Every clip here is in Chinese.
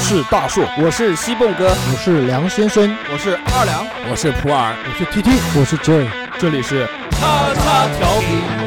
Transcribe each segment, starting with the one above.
是大树，我是西蹦哥，我是梁先生，我是二两，我是普洱，我是 T T，我是 J，这里是叉叉调频。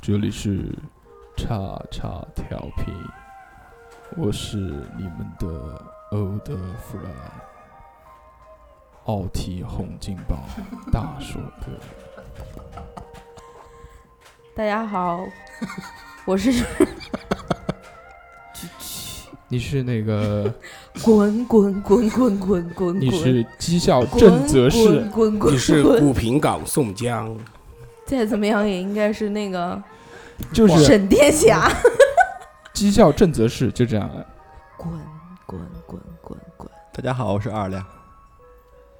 这里是叉叉调频，我是你们的欧德弗兰，奥体洪金宝大硕哥。大家好，我是你是那个 滚滚滚滚滚滚， 你是讥笑郑则仕，你是古平港宋江，再怎么样也应该是那个。就是沈殿霞，讥笑郑则仕，就这样。滚滚滚滚滚！大家好，我是二亮。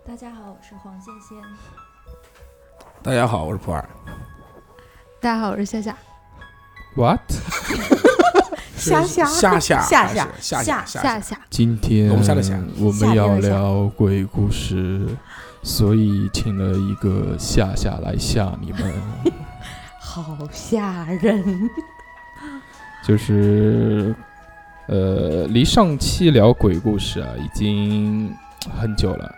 大家好，我是黄仙仙。大家好，我是普洱。大家好，我是夏夏。 What？夏夏夏夏夏夏夏夏夏。今天我们要聊鬼故事，所以请了一个夏夏来吓你们。好吓人！就是，呃，离上期聊鬼故事啊，已经很久了。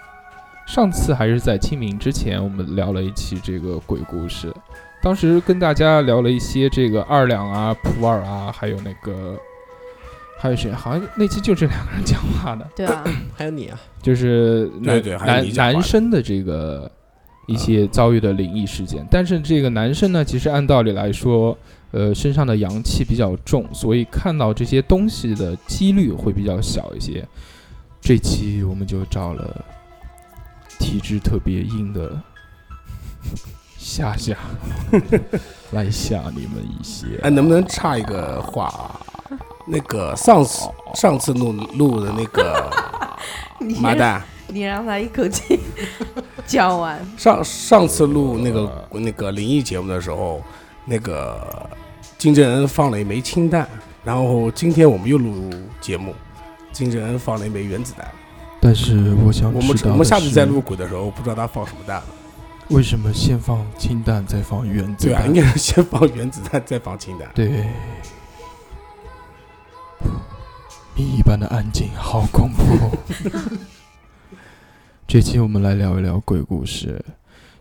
上次还是在清明之前，我们聊了一期这个鬼故事。当时跟大家聊了一些这个二两啊、普洱啊，还有那个还有谁？好像那期就这两个人讲话的。对啊，还有你啊，就是对对，男男生的这个。一些嗯遭遇的灵异事件，但是这个男生呢，其实按道理来说，呃，身上的阳气比较重，所以看到这些东西的几率会比较小一些。这期我们就找了体质特别硬的 夏夏来吓你们一些。哎，能不能插一个话啊？那个上次上次录录的那个麻蛋。 你让他一口气 讲完。上上次录那个那个灵异节目的时候，那个金正恩放了一枚氢弹，然后今天我们又录节目，金正恩放了一枚原子弹。但是我想我们我们下次再录鬼哦的时候，不知道他放什么弹了。为什么先放氢弹再放原子对弹？啊， 应该是先放原子弹再放氢弹。对。谜一般的安静，好恐怖。 这期我们来聊一聊鬼故事。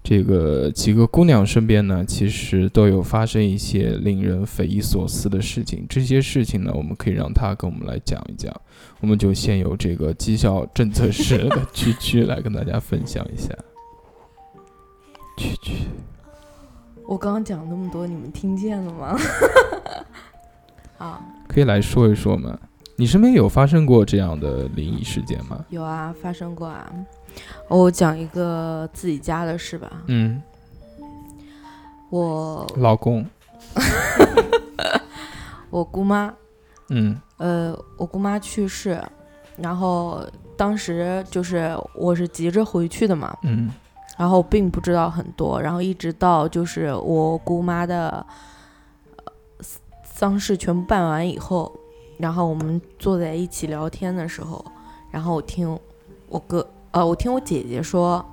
这个几个姑娘身边呢，其实都有发生一些令人匪夷所思的事情。这些事情呢，我们可以让她跟我们来讲一讲。我们就先由这个绩效政策室的区区来跟大家分享一下。区区，我刚刚讲那么多，你们听见了吗？ 啊可以来说一说吗？你身边有发生过这样的灵异事件吗？有啊，发生过啊。我、oh, 讲一个自己家的事吧。嗯，我老公，我姑妈，嗯，呃，我姑妈去世，然后当时就是我是急着回去的嘛，嗯，然后并不知道很多，然后一直到就是我姑妈的丧事全部办完以后，然后我们坐在一起聊天的时候，然后我听我哥。呃，我听我姐姐说，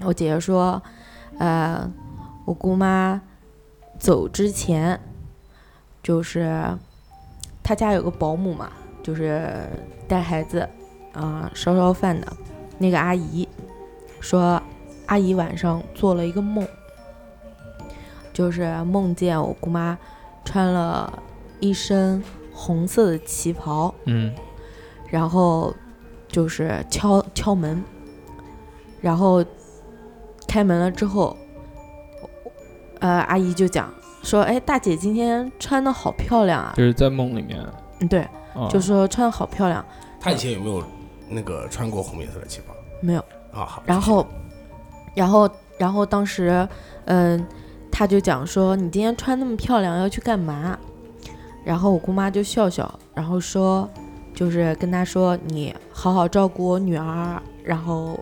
我姐姐说，呃，我姑妈走之前，就是她家有个保姆嘛，就是带孩子啊、呃、烧烧饭的那个阿姨，说阿姨晚上做了一个梦，就是梦见我姑妈穿了一身红色的旗袍，嗯，然后。就是敲敲门，然后开门了之后，呃，阿姨就讲说：“哎，大姐今天穿的好漂亮啊就是在梦里面，！”嗯，对，啊、就说穿的好漂亮，他以前有没有那个穿过红颜色的旗袍没有。啊？好，然后，然后，然后当时，嗯，他就讲说：“你今天穿那么漂亮，要去干嘛？”然后我姑妈就笑笑，然后说：“就是跟他说，你好好照顾我女儿，然后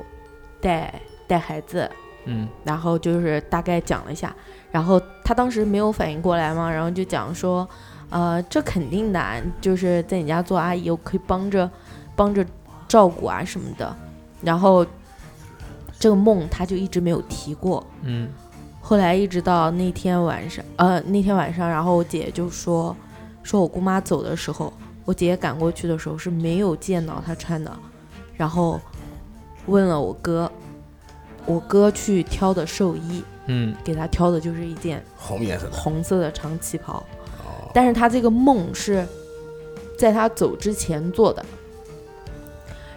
带带孩子，嗯，然后就是大概讲了一下，然后他当时没有反应过来嘛，然后就讲说，呃，这肯定的啊，就是在你家做阿姨，我可以帮着帮着照顾啊什么的。然后这个梦他就一直没有提过，嗯，后来一直到那天晚上，呃，那天晚上，然后我姐就说，说我姑妈走的时候，我姐赶过去的时候是没有见到她穿的，然后问了我哥，我哥去挑的寿衣，嗯，给她挑的就是一件红颜色的红色的长旗袍，哦，但是她这个梦是在她走之前做的，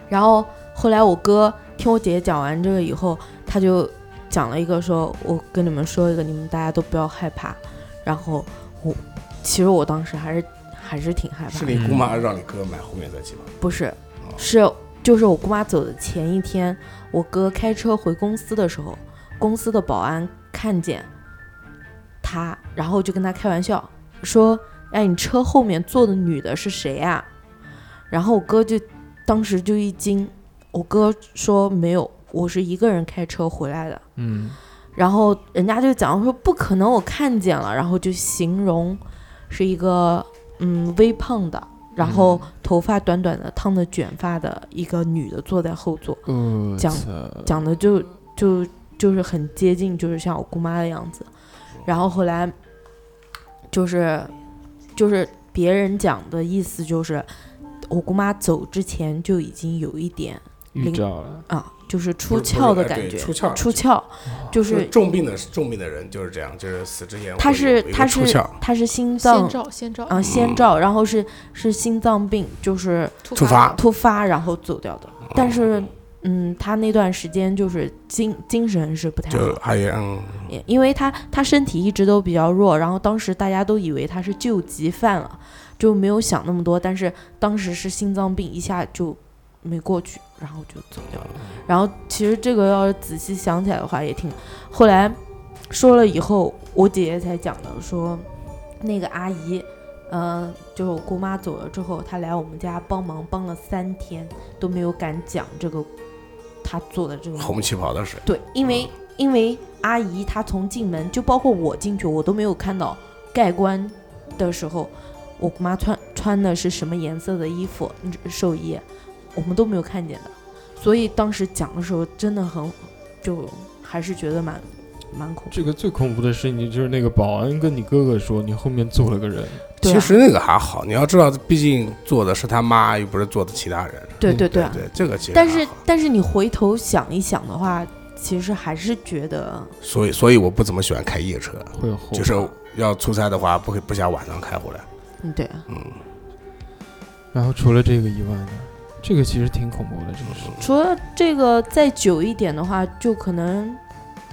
然后后来我哥听我姐姐讲完这个以后，他就讲了一个说，我跟你们说一个，你们大家都不要害怕，然后我其实我当时还是还是挺害怕的，是你姑妈让你哥买红颜色旗袍不是，哦是就是我姑妈走的前一天，我哥开车回公司的时候，公司的保安看见他，然后就跟他开玩笑说：“哎，你车后面坐的女的是谁呀、然后我哥就当时就一惊，我哥说：“没有，我是一个人开车回来的。”嗯，然后人家就讲说不可能，我看见了，然后就形容是一个嗯微胖的，然后头发短短的、烫的卷发的一个女的坐在后座，呃，讲讲的就就就是很接近，就是像我姑妈的样子。然后后来就是就是别人讲的意思就是，我姑妈走之前就已经有一点预兆了，啊，就是不出是不是窍的哎感对觉，出窍哦出窍，就就是是重病的重病的人就是这样，就是死之前他会有是一个他出是窍，他是心先脏兆先兆啊先兆，然后是是心脏病，就是突发突发然后走掉的。但是嗯，他那段时间就是精精神是不太就好，还有嗯也因为他他身体一直都比较弱，然后当时大家都以为他是救急犯了，就没有想那么多。但是当时是心脏病，一下就没过去，然后就走掉了。然后其实这个要是仔细想起来的话，也挺。后来说了以后，我姐姐才讲的，说那个阿姨，嗯，就是我姑妈走了之后，她来我们家帮忙帮了三天，都没有敢讲这个她做的这个红旗袍的水，对，因为、因为阿姨她从进门，就包括我进去，我都没有看到盖棺的时候，我姑妈穿穿的是什么颜色的衣服嗯寿衣，我们都没有看见的。所以当时讲的时候，真的很，就还是觉得蛮蛮恐怖。这个最恐怖的事情就是那个保安跟你哥哥说，你后面坐了个人，对啊其实那个还好，你要知道，毕竟做的是他妈，又不是做的其他人。对对对啊，对，这个其实但还是好但是你回头想一想的话，其实还是觉得所以所以我不怎么喜欢开夜车，会有后就是要出差的话，不可以不想晚上开回来。嗯对啊。嗯，然后除了这个以外呢，这个其实挺恐怖的，这个事。除了这个再久一点的话，就可能，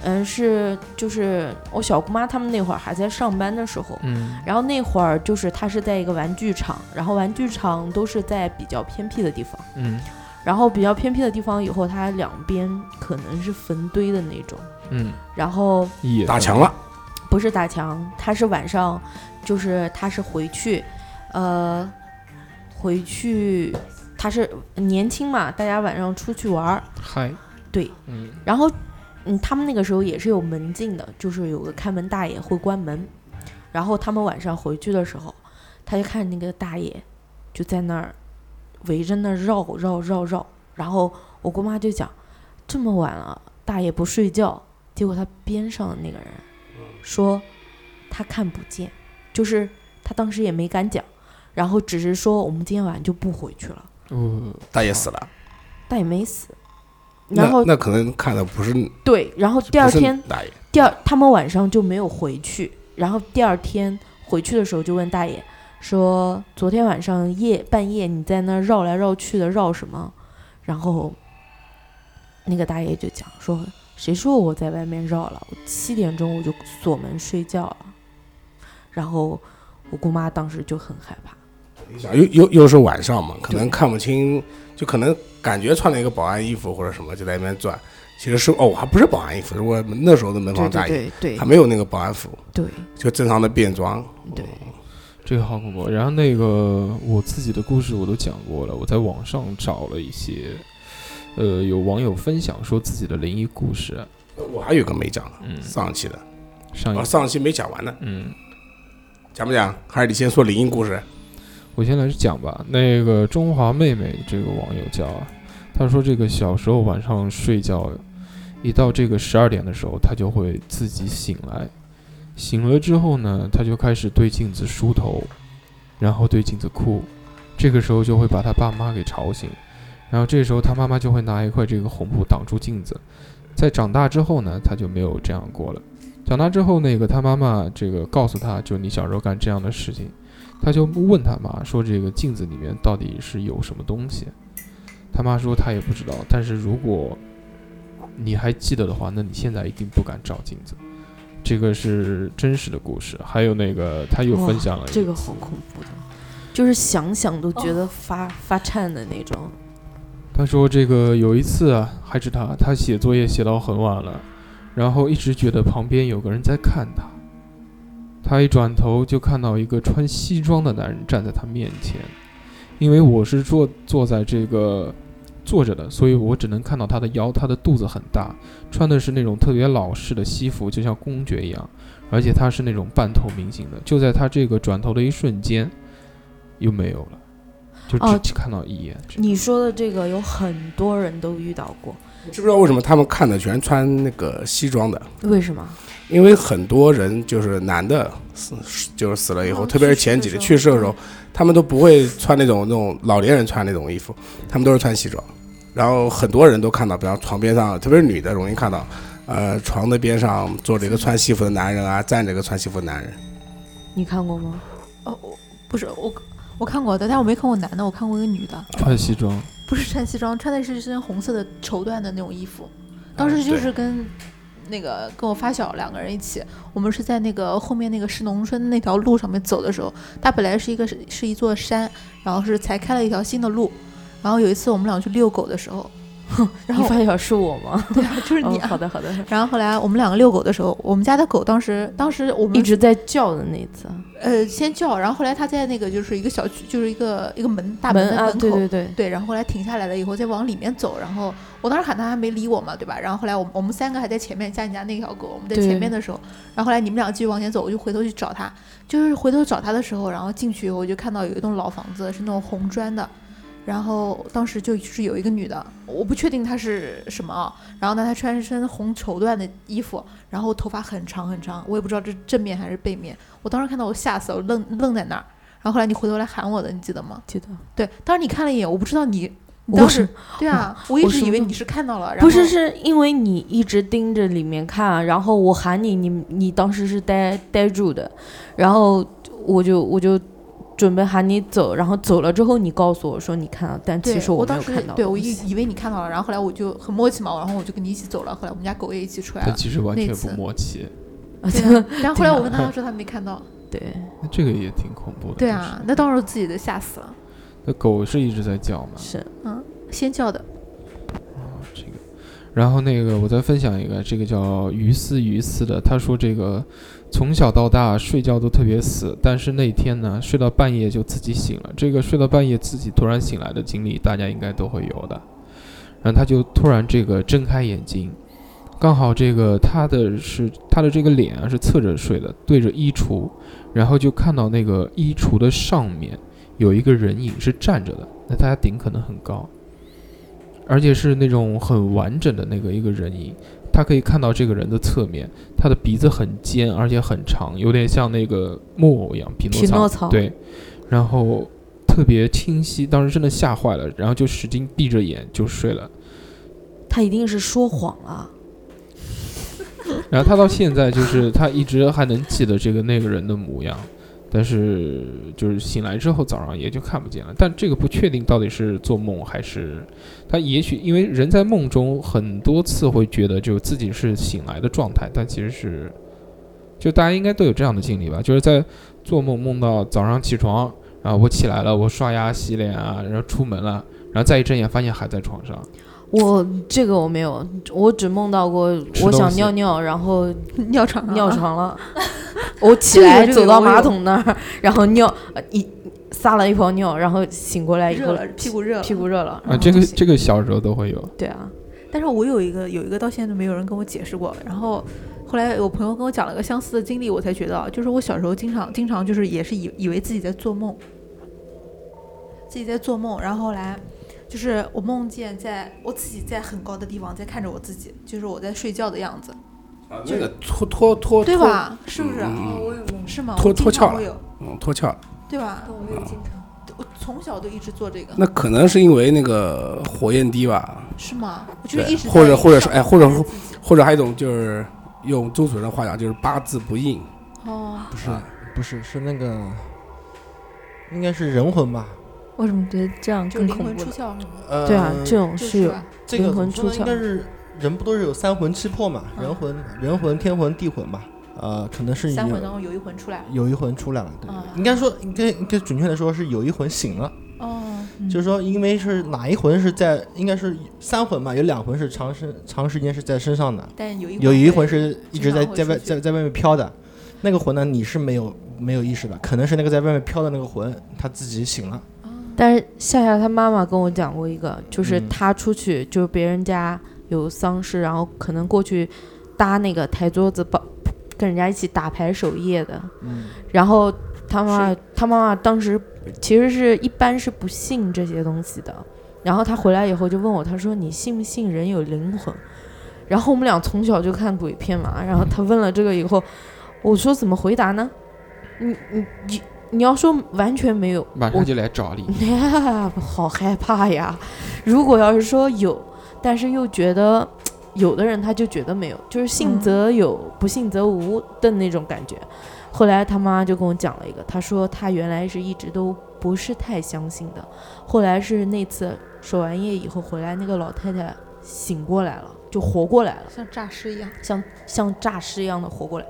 嗯，是就是我小姑妈他们那会儿还在上班的时候，嗯然后那会儿就是她是在一个玩具厂，然后玩具厂都是在比较偏僻的地方，嗯然后比较偏僻的地方以后，它两边可能是坟堆的那种，嗯，然后也打墙，了，不是打墙，他是晚上，就是他是回去，呃，回去，他是年轻嘛，大家晚上出去玩儿，嗨，对，嗯然后，嗯，他们那个时候也是有门禁的，就是有个看门大爷会关门。然后他们晚上回去的时候，他就看那个大爷就在那儿围着那儿绕绕绕绕。然后我姑妈就讲，这么晚了，大爷不睡觉。结果他边上的那个人嗯说，他看不见，就是他当时也没敢讲，然后只是说我们今天晚上就不回去了，呃，大爷死了，但也没死。那然后那可能看的不是对，然后第二不是天大爷，第二，他们晚上就没有回去，然后第二天回去的时候就问大爷说：“昨天晚上夜半夜你在那儿绕来绕去的绕什么？”然后那个大爷就讲说，谁说我在外面绕了？我七点钟我就锁门睡觉了。然后我姑妈当时就很害怕，你想又又又是晚上嘛，可能对看不清，就可能感觉穿了一个保安衣服或者什么就在那边转，其实是哦，还不是保安衣服，是我们那时候的门对房大爷，对对还没有那个保安服，对就正常的便装。对对，这个好恐怖。然后那个我自己的故事我都讲过了，我在网上找了一些，呃，有网友分享说自己的灵异故事，我还有个没讲呢，嗯，上期的，上一哦，上期没讲完呢，嗯，讲不讲？还是你先说灵异故事？我先来讲吧。那个中华妹妹这个网友叫啊，她说这个小时候晚上睡觉，一到这个十二点的时候，她就会自己醒来。醒了之后呢，她就开始对镜子梳头，然后对镜子哭。这个时候就会把她爸妈给吵醒，然后这时候她妈妈就会拿一块这个红布挡住镜子。在长大之后呢，她就没有这样过了。长大之后，那个她妈妈这个告诉她，就你小时候干这样的事情，他就问他妈说：“这个镜子里面到底是有什么东西？”他妈说：“他也不知道，但是如果你还记得的话，那你现在一定不敢照镜子。”这个是真实的故事，还有那个他又哇分享了一这个好啊恐怖的，就是想想都觉得发、发颤的那种。他说这个有一次啊，还是他，他写作业写到很晚了，然后一直觉得旁边有个人在看他，他一转头就看到一个穿西装的男人站在他面前，因为我是坐坐在这个坐着的，所以我只能看到他的腰，他的肚子很大，穿的是那种特别老式的西服，就像公爵一样，而且他是那种半透明型的，就在他这个转头的一瞬间，又没有了。就哦只看到一眼，这样你说的这个有很多人都遇到过，你知不知道为什么他们看的全穿那个西装的？为什么？因为很多人就是男的死，就是死了以后，嗯特别是前几年哦去去世世的的时时候候，他们都不会穿那种那种老年人穿那种衣服，他们都是穿西装。然后很多人都看到，比方床边上，特别是女的容易看到，呃，床的边上坐着一个穿西服的男人啊，站着一个穿西服的男人。你看过吗？哦，我不是我，我看过的，但我没看过男的，我看过一个女的，穿西装，不是穿西装，穿的是一身红色的绸缎的那种衣服。当嗯时就是跟那个跟我发小两个人一起，我们是在那个后面那个市农村那条路上面走的时候，它本来是一个是是一座山，然后是才开了一条新的路。然后有一次我们俩去遛狗的时候， 然你后发小是我 吗？对啊，就是你、哦，好的好的，然后后来我们两个遛狗的时候，我们家的狗当时当时我们一直在叫的那次啊呃先叫，然后后来它在那个就是一个小区，就是一个一个门大门的啊，门口，对对对，对，然后后来停下来了以后，再往里面走，然后我当时喊他，还没理我嘛，对吧？然后后来我们我们三个还在前面，加你家那条狗，我们在前面的时候，然后后来你们俩继续往前走，我就回头去找他，就是回头找他的时候，然后进去以后我就看到有一栋老房子是那种红砖的，然后当时就是有一个女的，我不确定她是什么啊，然后呢她穿一身红绸缎的衣服，然后头发很长很长，我也不知道这是正面还是背面，我当时看到我吓死了，我愣愣在那儿。然后后来你回头来喊我的，你记得吗？记得对，当时你看了一眼，我不知道你，你我当是时对啊， 我一我直是以为愣你是看到了，然不是后是因为你一直盯着里面看，啊然后我喊你，你你当时是呆呆住的，然后我就我就准备喊你走，然后走了之后你告诉我说你看到，啊但对其实我没当有时看到对我东一西。以为你看到了，然后后来我就很默契嘛，然后我就跟你一起走了，后来我们家狗也一起出来他了，其实完啊那全不次默契。 对对啊然后后来我跟他天说他没看到，对，那这个也挺恐怖的。对其实啊，那当时我自己都吓死了，那狗是一直在叫嘛？是先叫的，这个，然后那个我再分享一个，这个叫于思于思的，他说这个从小到大睡觉都特别死，但是那天呢睡到半夜就自己醒了。这个睡到半夜自己突然醒来的经历，大家应该都会有的。然后他就突然这个睁开眼睛，刚好这个他的是他的这个脸啊是侧着睡的，对着衣橱，然后就看到那个衣橱的上面有一个人影是站着的，那他顶可能很高，而且是那种很完整的那个一个人影，他可以看到这个人的侧面，他的鼻子很尖而且很长，有点像那个木偶一样，匹诺匹诺曹曹对，然后特别清晰，当时真的吓坏了，然后就使劲闭着眼就睡了。他一定是说谎啊了，然后他到现在就是他一直还能记得这个那个人的模样，但是就是醒来之后早上也就看不见了。但这个不确定到底是做梦还是他也许因为人在梦中很多次会觉得就自己是醒来的状态，但其实是就大家应该都有这样的经历吧，就是在做梦梦到早上起床，然后我起来了，我刷牙洗脸啊，然后出门了，然后再一睁眼发现还在床上。我这个我没有，我只梦到过吃我东想西尿尿，然后尿床尿床。床啊 了，我起来走到马桶那儿，然后尿呃一撒了一泡尿，然后醒过来以热后了，屁股热了，屁股热了，啊，这个就醒这个小时候都会有，对啊，但是我有一个有一个到现在都没有人跟我解释过，然后后来我朋友跟我讲了个相似的经历，我才觉得啊，就是我小时候经常经常就是也是以以为自己在做梦，自己在做梦，然后后来就是我梦见在我自己在很高的地方在看着我自己，就是我在睡觉的样子，啊，那个脱脱脱对？吧？是不是？嗯哦我有梦，是吗？脱我经脱常壳了会有，嗯，脱壳了。对吧但？我没有经 常。我从小都一直做这个，那可能是因为那个火焰低吧，是吗？我就是一对，直或者在或者是哎，或者看着自己或者还有一种就是用中国人的话讲，就是八字不啊硬。哦，不是不是是那个，应该是人魂吧？我怎么觉得这样就更灵恐魂怖出呢？窍什么的，呃，对啊，这种就是有吧这个灵怎么魂说呢出应该窍是人不都是有三魂七魄嘛？人魂、人魂、天魂、地魂嘛？呃，可能是三有魂当中有一魂出来了。有一魂出来了，对对对啊应该说应该应该准确的说是有一魂醒了，哦，就是说因为是哪一魂是在应该是三魂嘛，有两魂是长身长时间是在身上的，但有一有一会魂是一直在经常会在外出去在在外面飘的，那个魂呢你是没有没有意识的，可能是那个在外面飘的那个魂他自己醒了，啊但是夏夏她妈妈跟我讲过一个，就是嗯她出去就是别人家有丧事，然后可能过去搭那个台桌子帮跟人家一起打牌守夜的，嗯，然后他妈妈他妈妈当时其实是一般是不信这些东西的，然后他回来以后就问我，他说你信不信人有灵魂？然后我们俩从小就看鬼片嘛，然后他问了这个以后，我说怎么回答呢？你你你你要说完全没有，马我上就来找你。哎呀，好害怕呀！如果要是说有，但是又觉得有的人他就觉得没有，就是信嗯则有，不信则无的那种感觉。后来他妈就跟我讲了一个，他说他原来是一直都不是太相信的，后来是那次守完夜以后回来，那个老太太醒过来了，就活过来了。像诈尸一样，像像诈尸一样的活过来，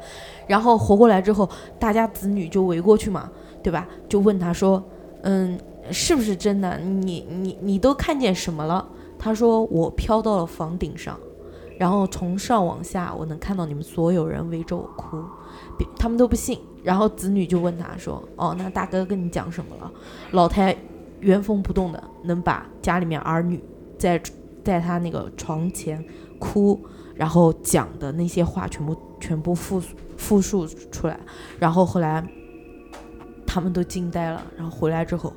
然后活过来之后，大家子女就围过去嘛，对吧？就问他说，嗯，是不是真的？你你你都看见什么了？他说我飘到了房顶上，然后从上往下，我能看到你们所有人围着我哭，别他们都不信。然后子女就问他说，哦，那大哥跟你讲什么了？老太原封不动的能把家里面儿女在在他那个床前哭。然后讲的那些话全部全部复复述出来，然后后来他们都惊呆了，然后回来之后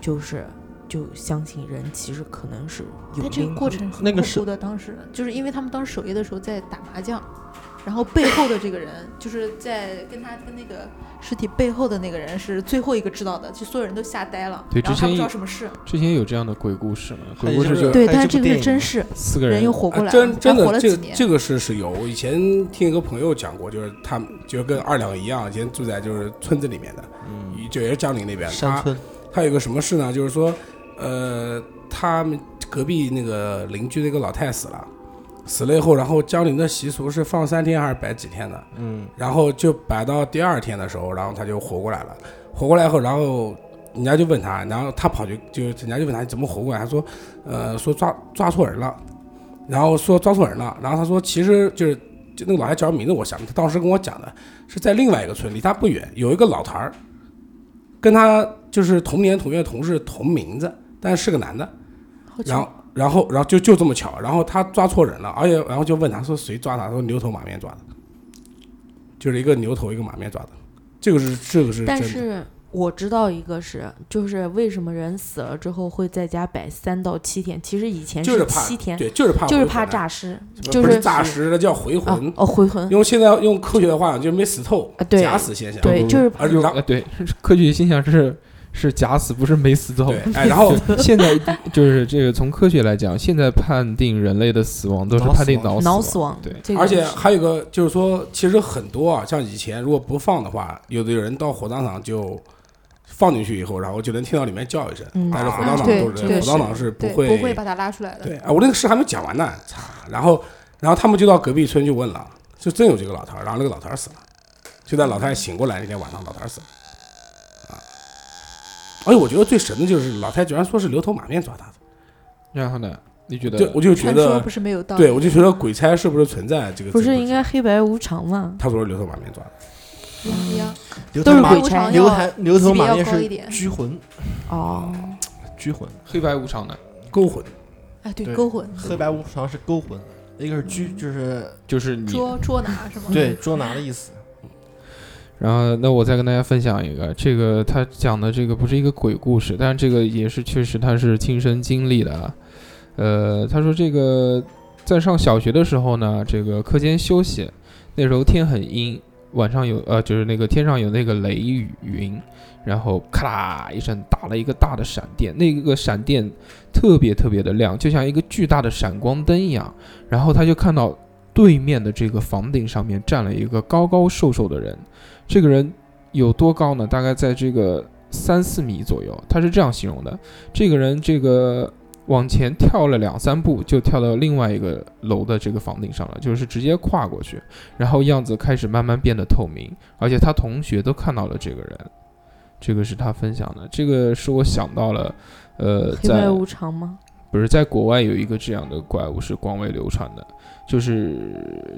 就是就相信人其实可能是有但这个灵过魂程很那个恐是怖的，当时就是因为他们当时守夜的时候在打麻将，然后背后的这个人就是在跟他跟那个尸体背后的那个人是最后一个知道的，就所有人都吓呆了，对然后之他不前知道有什么事，之前有这样的鬼故事嘛？还鬼有故就事是就对，还有但是这这个是部电影真事，四个人人又活啊，过来了，真真还活的，了这几个年，这个是是有。我以前听一个朋友讲过，就是他们就跟二两一样，以前住在就是村子里面的，嗯，就也是江宁那边。山他村他有一个什么事呢？就是说，呃，他们隔壁那个邻居那个老太死了，死了以后，然后江宁的习俗是放三天还是摆几天的？嗯，然后就摆到第二天的时候，然后他就活过来了。活过来以后，然后人家就问他，然后他跑去就人家就问他怎么活过来，他说，呃，说抓抓错人了，然后说抓错人了，然后他说其实就是就那个老太叫什么名字，我想不起他当时跟我讲的是在另外一个村，离他不远有一个老头儿，跟他就是同年同月同日同名字，但是个男的，好然后巧，然后然后就就这么巧，然后他抓错人了，而且然后就问他说谁抓他，他说牛头马面抓的，就是一个牛头一个马面抓的，这个是这个是真但的，是我知道一个是，就是为什么人死了之后会在家摆三到七天，其实以前就是怕七天，对，就是怕就是回怕魂啊，诈尸，不就是诈尸，那叫回啊魂。哦回魂，用现在用科学的话讲，就是没死透啊，对假死现象。对，就是 而有然后啊呃对，科学现象是是假死，不是没死透。对，哎，然后就 现在就是这个，从科学来讲，现在判定人类的死亡都是判定脑死脑死亡，对，这个而且是还有一个就是说，其实很多啊，像以前如果不放的话，有的人到火葬场就放进去以后，然后就能听到里面叫一声，嗯但是火葬场啊对都是、对火葬场是对，会不会把它拉出来的。对啊，我那个事还没讲完呢，操！然后然后他们就到隔壁村去问了，就真有这个老头儿，然后那个老头儿死了，就在老太太醒过来那天晚上，老头儿死了啊！而且我觉得最神的就是老太太居然说是牛头马面抓他然后呢，你觉的，得就我就觉传说得不，是没有道理。对我就觉得鬼差是不是存在这个词不知道？是应该黑白无常吗？他说是牛头马面抓的。一样，牛都头是马鬼无差常牛要头牛头哎级别马要面高一是点拘魂，哦，拘魂，黑白无常呢？勾魂，哎，对，对勾魂、嗯黑白无常是勾魂，一个是拘，就是就是你。捉捉拿是吗？嗯嗯对捉拿的意思。然后，那我再跟大家分享一个，这个他讲的这个不是一个鬼故事，但是这个也是确实他是亲身经历的啊。呃，他说这个在上小学的时候呢，这个课间休息，那时候天很阴，晚上有呃，就是那个天上有那个雷雨云，然后咔啦一声打了一个大的闪电，那个闪电特别特别的亮，就像一个巨大的闪光灯一样。然后他就看到对面的这个房顶上面站了一个高高瘦瘦的人，这个人有多高呢？大概在这个三四米左右，他是这样形容的：这个人这个往前跳了两三步，就跳到另外一个楼的这个房顶上了，就是直接跨过去，然后样子开始慢慢变得透明，而且他同学都看到了这个人。这个是他分享的，这个是我想到了，呃，黑在白无常吗？不是在国外有一个这样的怪物是广为流传的，就是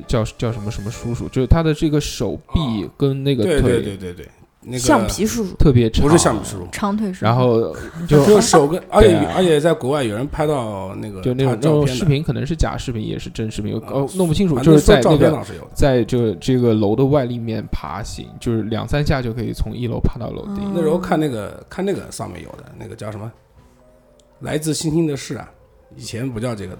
叫叫什么什么叔叔，就是他的这个手臂跟那个啊对腿对对对对，那个橡皮叔叔，特别长，不是橡皮树，长腿叔，然后就就手跟，而对且啊而且在国外有人拍到那个就那种他那照种片视的，频可能是假视频，也是真视频，啊哦弄不清楚，反就正是说在照那片上个是有的。在这个这个楼的外立面爬行，就是两三下就可以从一楼爬到楼顶。那时候看那个看那个上面有的那个叫什么，来自星星的事啊，以前不叫这个的，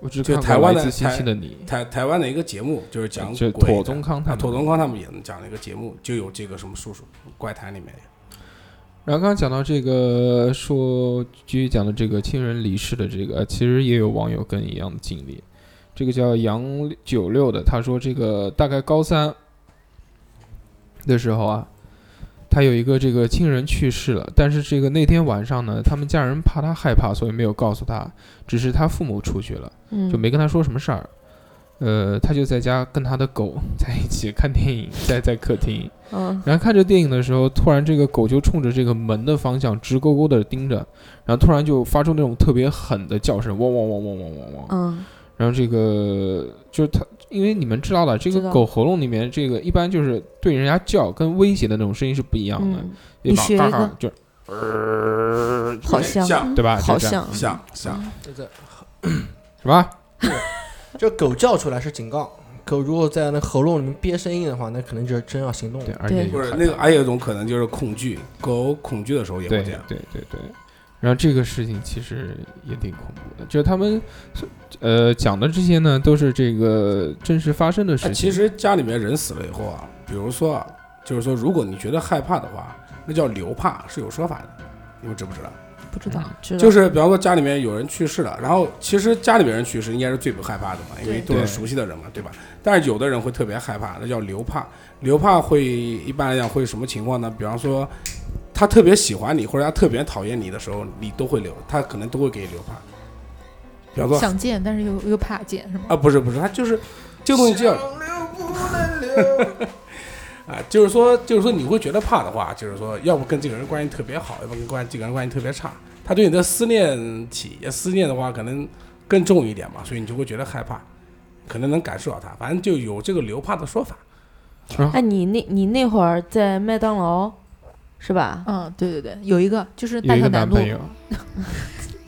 我只就看台过湾来的自星台星的你，台台湾的一个节目，就是讲就鬼妥的宗康啊他们。妥宗康他们演的讲了一个节目，就有这个什么叔叔怪谈里面有，然后刚刚讲到这个，说继续讲的这个亲人离世的这个，呃其实也有网友跟你一样的经历。这个叫杨九六的，他说这个大概高三的时候啊，他有一个这个亲人去世了，但是这个那天晚上呢，他们家人怕他害怕，所以没有告诉他，只是他父母出去了。嗯就没跟他说什么事儿。呃，他就在家跟他的狗在一起看电影，在在客厅。嗯，然后看着电影的时候，突然这个狗就冲着这个门的方向直勾勾的盯着，然后突然就发出那种特别狠的叫声，汪汪汪汪汪汪汪。嗯，然后这个就是它，因为你们知道的，这知个道狗喉咙里面这个一般就是对人家叫跟威胁的那种声音是不一样的，嗯对吧？你学嘎一嘎个就好像，像对吧？好啊就这样像，像嗯像什么？这狗叫出来是警告，狗如果在那喉咙里面憋声音的话，那可能就是真要行动对，了。而且对就不是害那怕个，还有一种可能就是恐惧，狗恐惧的时候也会对这样。对对对。然后这个事情其实也挺恐怖的，就是他们呃讲的这些呢，都是这个真实发生的事呃哎，情。其实家里面人死了以后啊，比如说啊，就是说如果你觉得害怕的话，那叫留怕是有说法的，你们知不知道？不知道，知道，就是比方说家里面有人去世了，然后其实家里面人去世应该是最不害怕的嘛，因为都对是熟悉的人嘛，对吧？但是有的人会特别害怕，那叫留怕。留怕会一般来讲会什么情况呢？比方说他特别喜欢你，或者他特别讨厌你的时候，你都会留，他可能都会给你留怕。比方说想见，但是又又怕见，是吗？啊，不是不是，他就是这个东西叫。 啊，就是说，就是说，你会觉得怕的话，就是说，要不跟这个人关系特别好，要不跟关这个人关系特别差。他对你的思念起思念的话，可能更重一点嘛，所以你就会觉得害怕，可能能感受到他。反正就有这个留怕的说法。哎，你那你那会儿在麦当劳是吧？嗯，对对对，有一个就是有大一桥个南男路朋友，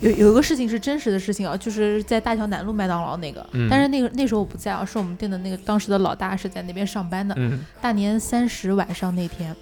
有有一个事情是真实的事情啊，就是在大桥南路麦当劳那个，嗯但是那个那时候我不在啊，是我们店的那个当时的老大是在那边上班的。嗯，大年三十晚上那天，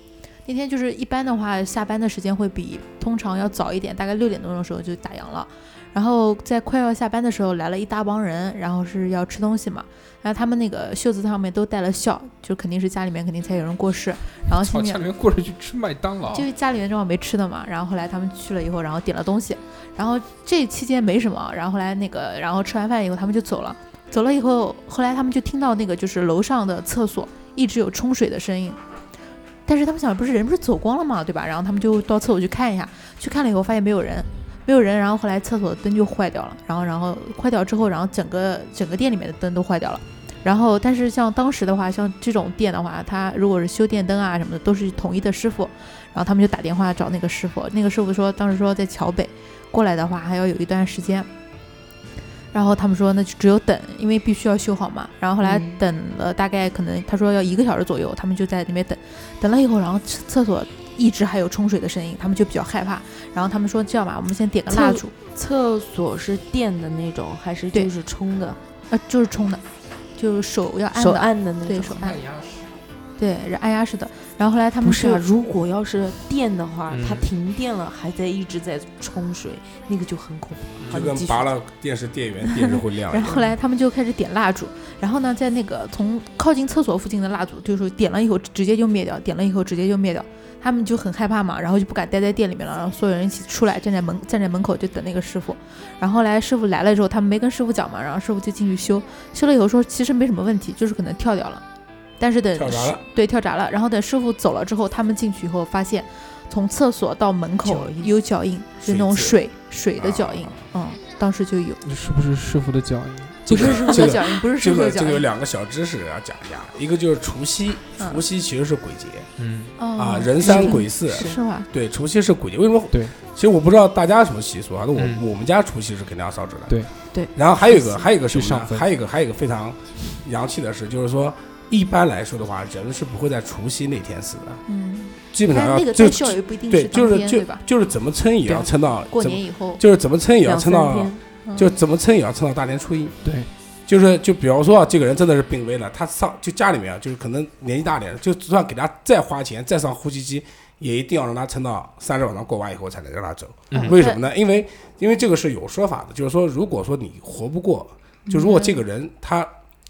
那天就是一般的话，下班的时间会比通常要早一点，大概六点多钟的时候就打烊了。然后在快要下班的时候来了一大帮人，然后是要吃东西嘛，然后他们那个袖子上面都带了孝，就肯定是家里面肯定才有人过世，然后操，心里家里面哦过来去吃麦当劳就，是家里面正好没吃的嘛，然后后来他们去了以后，然后点了东西，然后这期间没什么，然后后来那个，然后吃完饭以后他们就走了，走了以后，后来他们就听到那个就是楼上的厕所一直有冲水的声音，但是他们想不是人不是走光了嘛，对吧？然后他们就到厕所去看一下，去看了以后发现没有人，没有人，然后后来厕所的灯就坏掉了，然后然后坏掉之后，然后整个整个店里面的灯都坏掉了。然后，但是像当时的话，像这种店的话，它如果是修电灯啊什么的，都是统一的师傅，然后他们就打电话找那个师傅，那个师傅说当时说在桥北过来的话还要有一段时间，然后他们说那就只有等，因为必须要修好嘛。然后后来嗯等了大概可能他说要一个小时左右，他们就在那边等，等了以后，然后厕厕所一直还有冲水的声音，他们就比较害怕。然后他们说这样吧，我们先点个厕蜡烛，厕所是电的那种，还是对就是冲的，呃，就是冲的，就是手要按手的，按的那对种？手按，对按压式的。然后后来他们不是啊，就如果要是电的话，它嗯停电了还在一直在冲水，那个就很恐怖。好就你跟继续拔了电视电源，电视会亮一 样。然后后来他们就开始点蜡烛，然后呢，在那个从靠近厕所附近的蜡烛，就是点了以后直接就灭掉，点了以后直接就灭掉。他们就很害怕嘛，然后就不敢待在店里面了，然后所有人一起出来，站在门站在门口就等那个师傅。然后后来师傅来了之后，他们没跟师傅讲嘛，然后师傅就进去修，修了以后说其实没什么问题，就是可能跳掉了。但是等跳闸师了对跳闸了，然后等师傅走了之后，他们进去以后发现，从厕所到门口脚印有脚印，就那种水水水的脚印，啊嗯，当时就有。是不是师傅的脚印？不是个师傅这的个脚印，不是师这傅个的这脚个有印。两个小知识要讲一下，一个就是除夕，嗯除夕其实是鬼节嗯，啊啊，人是三吗鬼四，是吧？对，除夕是鬼节，为什么？对，其实我不知道大家什么习俗啊，那我、嗯我们家除夕是肯定要烧纸的。对对。然后还有一个还有一个什去么上呢？坟还有一个还有一个非常洋气的事，就是说一般来说的话，人是不会在除夕那天死的，嗯，基本上但要那个啊就在校也不一定对，就当是天，就对吧？就是怎么撑也要对撑到过怎年么以后，就是怎么撑也要两撑三到，天，嗯就怎么撑也要撑到大年初一。对，就是就比方说啊，这个人真的是病危了，他上就家里面啊，就是可能年纪大点，就算给他再花钱再上呼吸机，也一定要让他撑到三十晚上过完以后才能让他走。嗯为什么呢？因为因为这个是有说法的，就是说如果说你活不过，就如果这个人他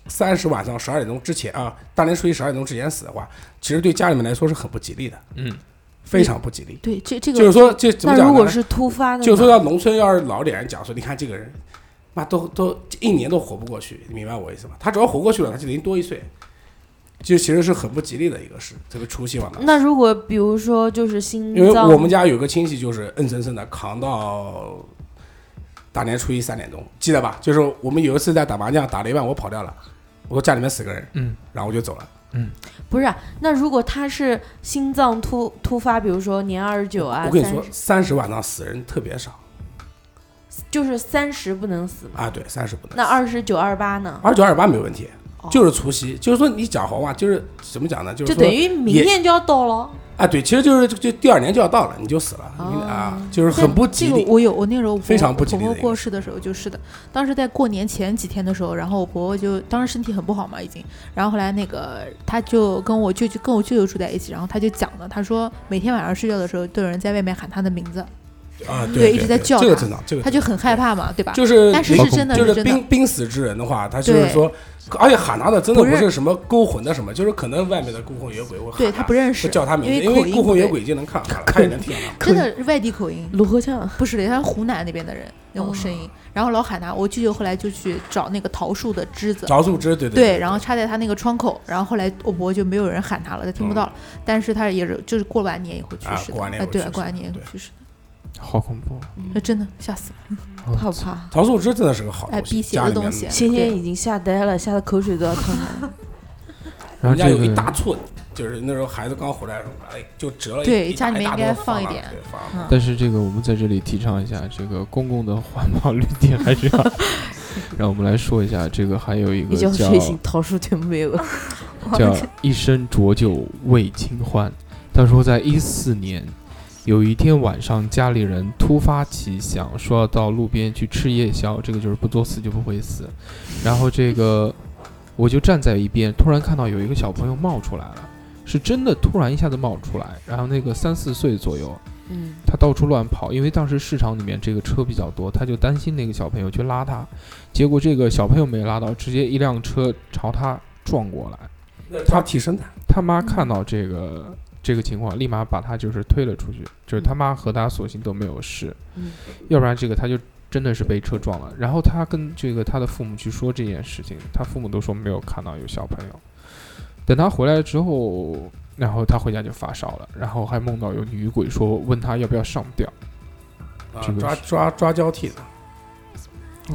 三十晚上十二点钟之前啊，大年初一十二点钟之前死的话，其实对家里面来说是很不吉利的，嗯，非常不吉利。对，这这个就是说这怎么那讲如果呢？是突发的呢，就是说到农村，要是老给人讲说，你看这个人，妈都都一年都活不过去，你明白我意思吗？他只要活过去了，他就能多一岁，就其实是很不吉利的一个事，这个除夕晚上。那如果比如说就是心因为脏，我们家有个亲戚就是硬生生的扛到大年初一三点钟，记得吧？就是我们有一次在打麻将，打了一半我跑掉了，我说家里面死个人，嗯，然后我就走了。不是啊、那如果他是心脏突突发，比如说年二十九啊，我跟你说30，三十晚上死人特别少就是三十不能死嘛，啊，对，三十不能。那二十九、二十八呢？二九二八没问题哦，就是除夕，就是说你讲好话，就是怎么讲呢？就是就说等于明也天就要到了。啊，对，其实就是就就第二年就要到了，你就死了，你啊，就是很不吉哦这个利。我有，我那时候我非常不吉利的婆婆一个过人世的时候就是的，当时在过年前几天的时候，然后我婆婆就当时身体很不好嘛，已经，然后后来那个她就跟我舅舅跟我舅舅住在一起，然后她就讲了，她说每天晚上睡觉的时候都有人在外面喊她的名字，啊，对对，一直在叫这个他正常，这个她就很害怕嘛，对吧？就是但是你是真的就是是真的濒，濒死之人的话，他就是对说，而且喊他的真的不不认是什么勾魂的什么，就是可能外面的孤魂野鬼会喊对她他不认识会，叫他名字，因因为口为音孤不魂野对鬼已经能看到他了，他也能听到他。真的是外地口音，卢沟桥，不是的，像湖南那边的人那种声音，然后老喊她，我舅舅后来就去找那个桃树的枝子，饶树枝，对对，对，然后插在他那个窗口，然后后来我伯就没有人喊他了，他听不到了。但是他也是就是过完年以后去啊世的，过完年啊以后对去，世过完年以后对去世的，好恐怖，嗯那真的吓死了。怕不怕？饶树枝真的是个好哎东西，辟邪家的里面东西仙仙对已经吓呆了，吓得口水都要淌 出我来。然后们家这有一大个，寸，就是那时候孩子刚回来的时候，哎，就折了一对一家大里一面大应该堆放一那儿点对放那儿嗯，但是这个我们在这里提倡一下，这个公共的环保绿地还是 要。让我们来说一下，这个还有一个一觉叫睡醒，桃树全没有了。 叫一生浊酒为清欢。他说，在一四年有一天晚上，家里人突发奇想，说要到路边去吃夜宵，这个就是不作死就不会死。然后这个我就站在一边，突然看到有一个小朋友冒出来了，是真的突然一下子冒出来，然后那个三四岁左右，嗯他到处乱跑，因为当时市场里面这个车比较多，他就担心那个小朋友去拉他，结果这个小朋友没拉到，直接一辆车朝他撞过来，他体身的，他妈看到这个。这个情况立马把他就是推了出去，就是他妈和他所幸都没有事，嗯要不然这个他就真的是被车撞了。然后他跟这个他的父母去说这件事情，他父母都说没有看到有小朋友。等他回来之后，然后他回家就发烧了，然后还梦到有女鬼说问他要不要上吊，啊这个抓是抓抓交替的，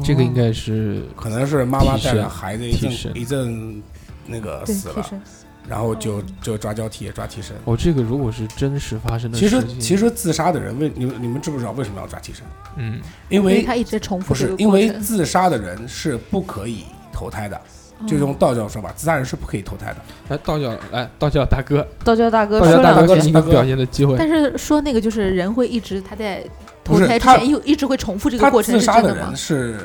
这个应该是可能是妈妈带替着身孩子一替身阵一阵那个对死替了，身，然后就就抓交替抓替身。哦，这个如果是真实发生的其事实情，其实自杀的人为你们你们知不知道为什么要抓替身？嗯，因因为为他一直在重复不是这个因过为程自杀的人是不可以投胎的，嗯就用道教说法，自杀人是不可以投胎的。来道教来道教大哥，道教大哥道出教两大句哥说两给句你们表现的机会，但是说那个就是人会一直他在投不是胎之他前又一直会重复这个他过程自是杀真的的吗人？是，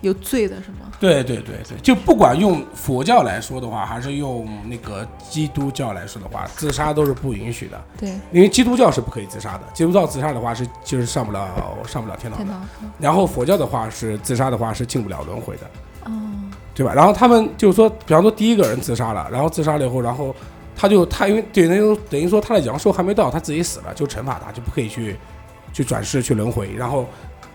有罪的是吗？对对对对，就不管用佛教来说的话，还是用那个基督教来说的话，自杀都是不允许的，对，因为基督教是不可以自杀的。基督教自杀的话是就是上不了上不了天堂天的，堂，然后佛教的话是自杀的话是进不了轮回的。嗯，对吧？然后他们就是说，比方说第一个人自杀了，然后自杀了以后，然后他就他因为对等于说等于说他的阳寿还没到，他自己死了，就惩罚他，就不可以去去转世去轮回。然后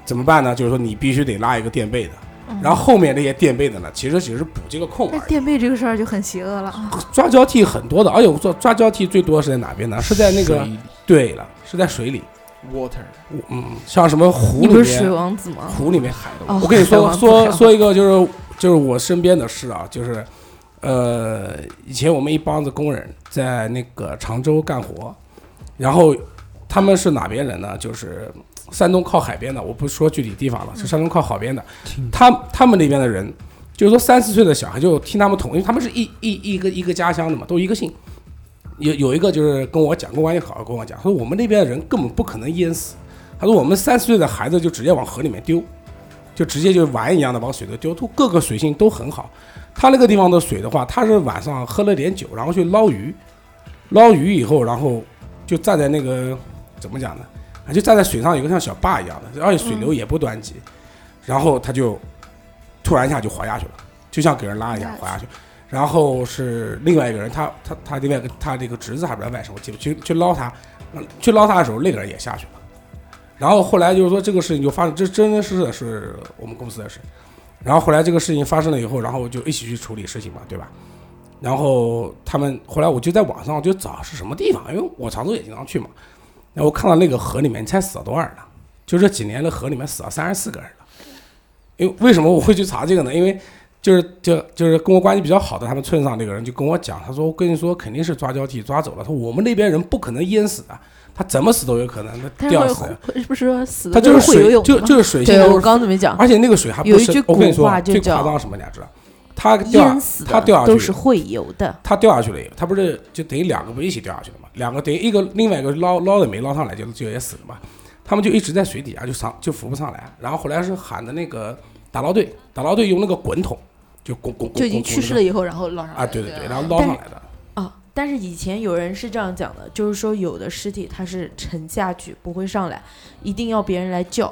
怎么办呢？就是说你必须得拉一个垫背的，嗯然后后面那些垫背的呢，其实只是补这个空而但已。垫背这个事儿就很邪恶了啊！抓交替很多的，而且我说抓交替最多是在哪边啊呢？是在那个对了，是在水里， water 嗯，像什么湖里你不面，是水王子吗？湖里面海的。哦我跟你说海王不说是说一个就是就是我身边的事啊，就是呃，以前我们一帮子工人在那个常州干活，然后他们是哪边人呢？就是山东靠海边的，我不说具体地方了，是山东靠海边的。他他们那边的人，就是说三四岁的小孩就听他们同，因为他们是一一一个一个家乡的嘛，都一个姓。有有一个就是跟我讲，跟我关系好，跟我讲，他说我们那边的人根本不可能淹死，他说我们三四岁的孩子就直接往河里面丢，就直接就碗一样的往水里丢，都各个水性都很好。他那个地方的水的话，他是晚上喝了点酒，然后去捞鱼，捞鱼以后，然后就站在那个怎么讲呢？啊，就站在水上有个像小坝一样的，而且水流也不湍急，然后他就突然一下就滑下去了，就像给人拉一下拉滑下去。然后是另外一个人，他他他另外一个他这个侄子还不知道外甥，我记不去去捞他，嗯去捞他的时候，那个人也下去了。然后后来就是说这个事情就发生，这真真实实的是我们公司的事。然后后来这个事情发生了以后，然后就一起去处理事情嘛，对吧？然后他们后来我就在网上就找是什么地方，因为我常州也经常去嘛。然后我看到那个河里面，你猜死了多少人了？就这几年的河里面死了三十四个人了。因为为什么我会去查这个呢？因为就是就就是跟我关系比较好的他们村上那个人就跟我讲，他说我跟你说肯定是抓交替抓走了，他说我们那边人不可能淹死的，他怎么死都有可能，他但吊是死。会是不是说死它的就是会游水，泳就的吗？就是水性对，都我是刚怎么讲？而且那个水还不有一深句我跟你古说啊，话就最叫夸张是什么你知道？他掉淹死他的掉下去都是会游的，他掉下去了以后，他不是就等于两个不一起掉下去了嘛？两个等于一个另外一个捞捞也没捞上来，就就也死了嘛。他们就一直在水底下就上就浮不上来，然后后来是喊的那个打捞队，打捞队用那个滚筒就滚滚滚，就已经滚去世了以后，然后捞上滚那来个啊，对对对对，吧然后捞上来的。啊，但是以前有人是这样讲的，就是说有的尸体它是沉下去不会上来，一定要别人来叫，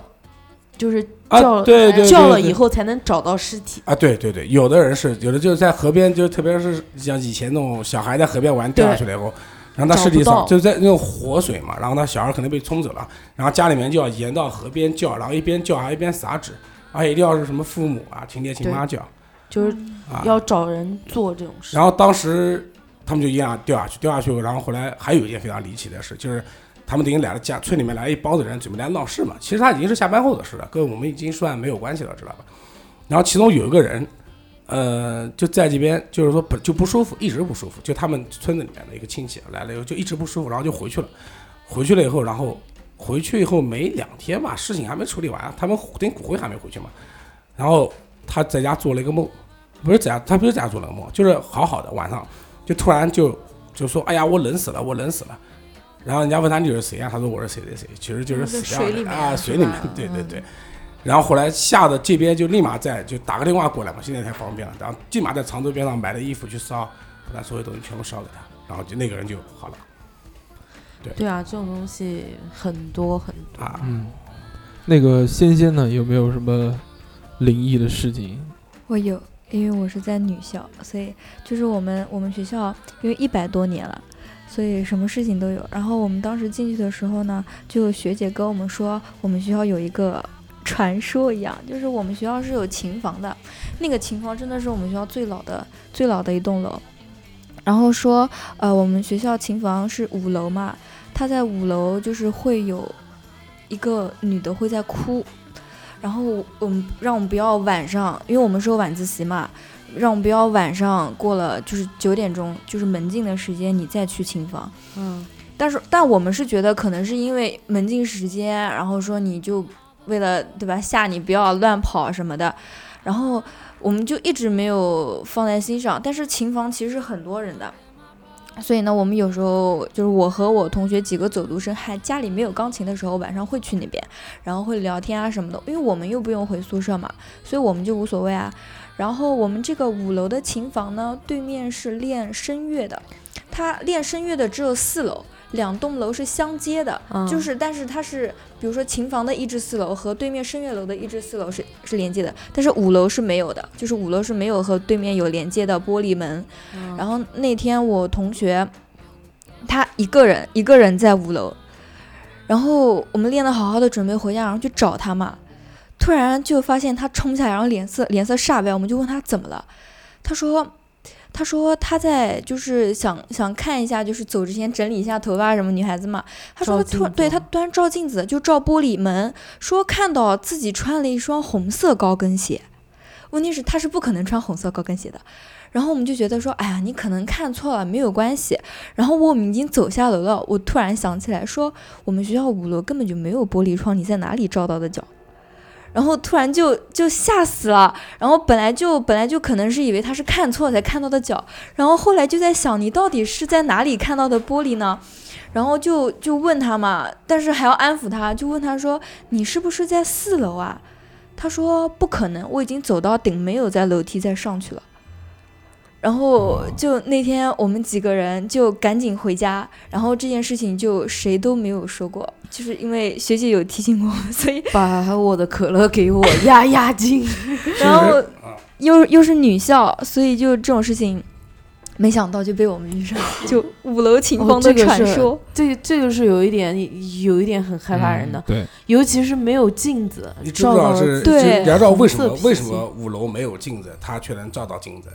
就是啊叫、，对对对，叫了对以后才能找到尸体。啊，对对对，有的人是，有的就是在河边，就特别是像以前那种小孩在河边玩掉下去了以后，然后他找尸体不上到就在那种活水嘛，然后他小孩可能被冲走了，然后家里面就要沿到河边叫，然后一边叫还一边撒纸，而且一定要是什么父母啊、亲爹亲妈叫就是啊。要找人做这种事。然后当时他们就一样掉下去，掉下去，然后后来还有一件非常离奇的事，就是他们等于来了家村里面来了一帮子人，准备来闹事嘛。其实他已经是下班后的事了，跟我们已经算没有关系了，知道吧？然后其中有一个人，呃，就在这边就是说不就不舒服，一直不舒服，就他们村子里面的一个亲戚啊来了以后就一直不舒服，然后就回去了。回去了以后，然后回去以后没两天吧，事情还没处理完，他们等骨灰还没回去嘛。然后他在家做了一个梦，不是在家，他不是在家做了个梦，就是好好的晚上，就突然就就说：“哎呀，我冷死了，我冷死了。”然后人家问他你是谁啊呀、他说我是谁谁谁，其实就是嗯在死掉水的里面啊，是水里面吧，对对嗯对。然后后来吓得这边就立马在就打个电话过来嘛，现在太方便了，然后立马在常州边上买的衣服去烧，把他所有东西全部烧给他，然后就那个人就好了。对啊，这种东西很多很多。啊，嗯，那个仙仙呢，有没有什么灵异的事情？我有，因为我是在女校，所以就是我们我们学校因为一百多年了，所以什么事情都有。然后我们当时进去的时候呢，就有学姐跟我们说，我们学校有一个传说一样，就是我们学校是有琴房的，那个琴房真的是我们学校最老的最老的一栋楼。然后说，呃，我们学校琴房是五楼嘛，它在五楼就是会有一个女的会在哭，然后我们让我们不要晚上，因为我们是有晚自习嘛，让我们不要晚上过了就是九点钟，就是门禁的时间你再去琴房。嗯，但是但我们是觉得可能是因为门禁时间，然后说你就为了对吧吓你不要乱跑什么的，然后我们就一直没有放在心上。但是琴房其实很多人的。所以呢，我们有时候就是我和我同学几个走读生，还家里没有钢琴的时候，晚上会去那边，然后会聊天啊什么的。因为我们又不用回宿舍嘛，所以我们就无所谓啊。然后我们这个五楼的琴房呢，对面是练声乐的，它练声乐的只有四楼，两栋楼是相接的，嗯就是但是它是比如说琴房的一至四楼和对面声乐楼的一至四楼是是连接的，但是五楼是没有的，就是五楼是没有和对面有连接的玻璃门。嗯然后那天我同学，他一个人一个人在五楼，然后我们练得好好的，准备回家，然后去找他嘛，突然就发现他冲下来，然后脸色脸色煞白，我们就问他怎么了，他说。他说他在就是想想看一下，就是走之前整理一下头发什么，女孩子嘛。他说照镜他突然子对他突然照镜子，就照玻璃门，说看到自己穿了一双红色高跟鞋。问题是他是不可能穿红色高跟鞋的。然后我们就觉得说，哎呀，你可能看错了，没有关系。然后我们已经走下楼了，我突然想起来说，我们学校五楼根本就没有玻璃窗，你在哪里照到的脚？然后突然就就吓死了，然后本来就本来就可能是以为他是看错才看到的脚，然后后来就在想你到底是在哪里看到的玻璃呢？然后就就问他嘛，但是还要安抚他，就问他说你是不是在四楼啊？他说不可能，我已经走到顶，没有在楼梯再上去了。然后就那天我们几个人就赶紧回家，然后这件事情就谁都没有说过，就是因为学姐有提醒我， 所以把我的可乐给我压压惊。 然后啊又又是女校，所以就这种事情，没想到就被我们遇上，就五 楼秦哦风这的个传是说。这个这个是有一点有一点很害怕人的，嗯对，尤其是没有镜子你知不照知到道了是自己对你知道为什么红色皮筋为什么五楼没有镜子，它却能照到镜子？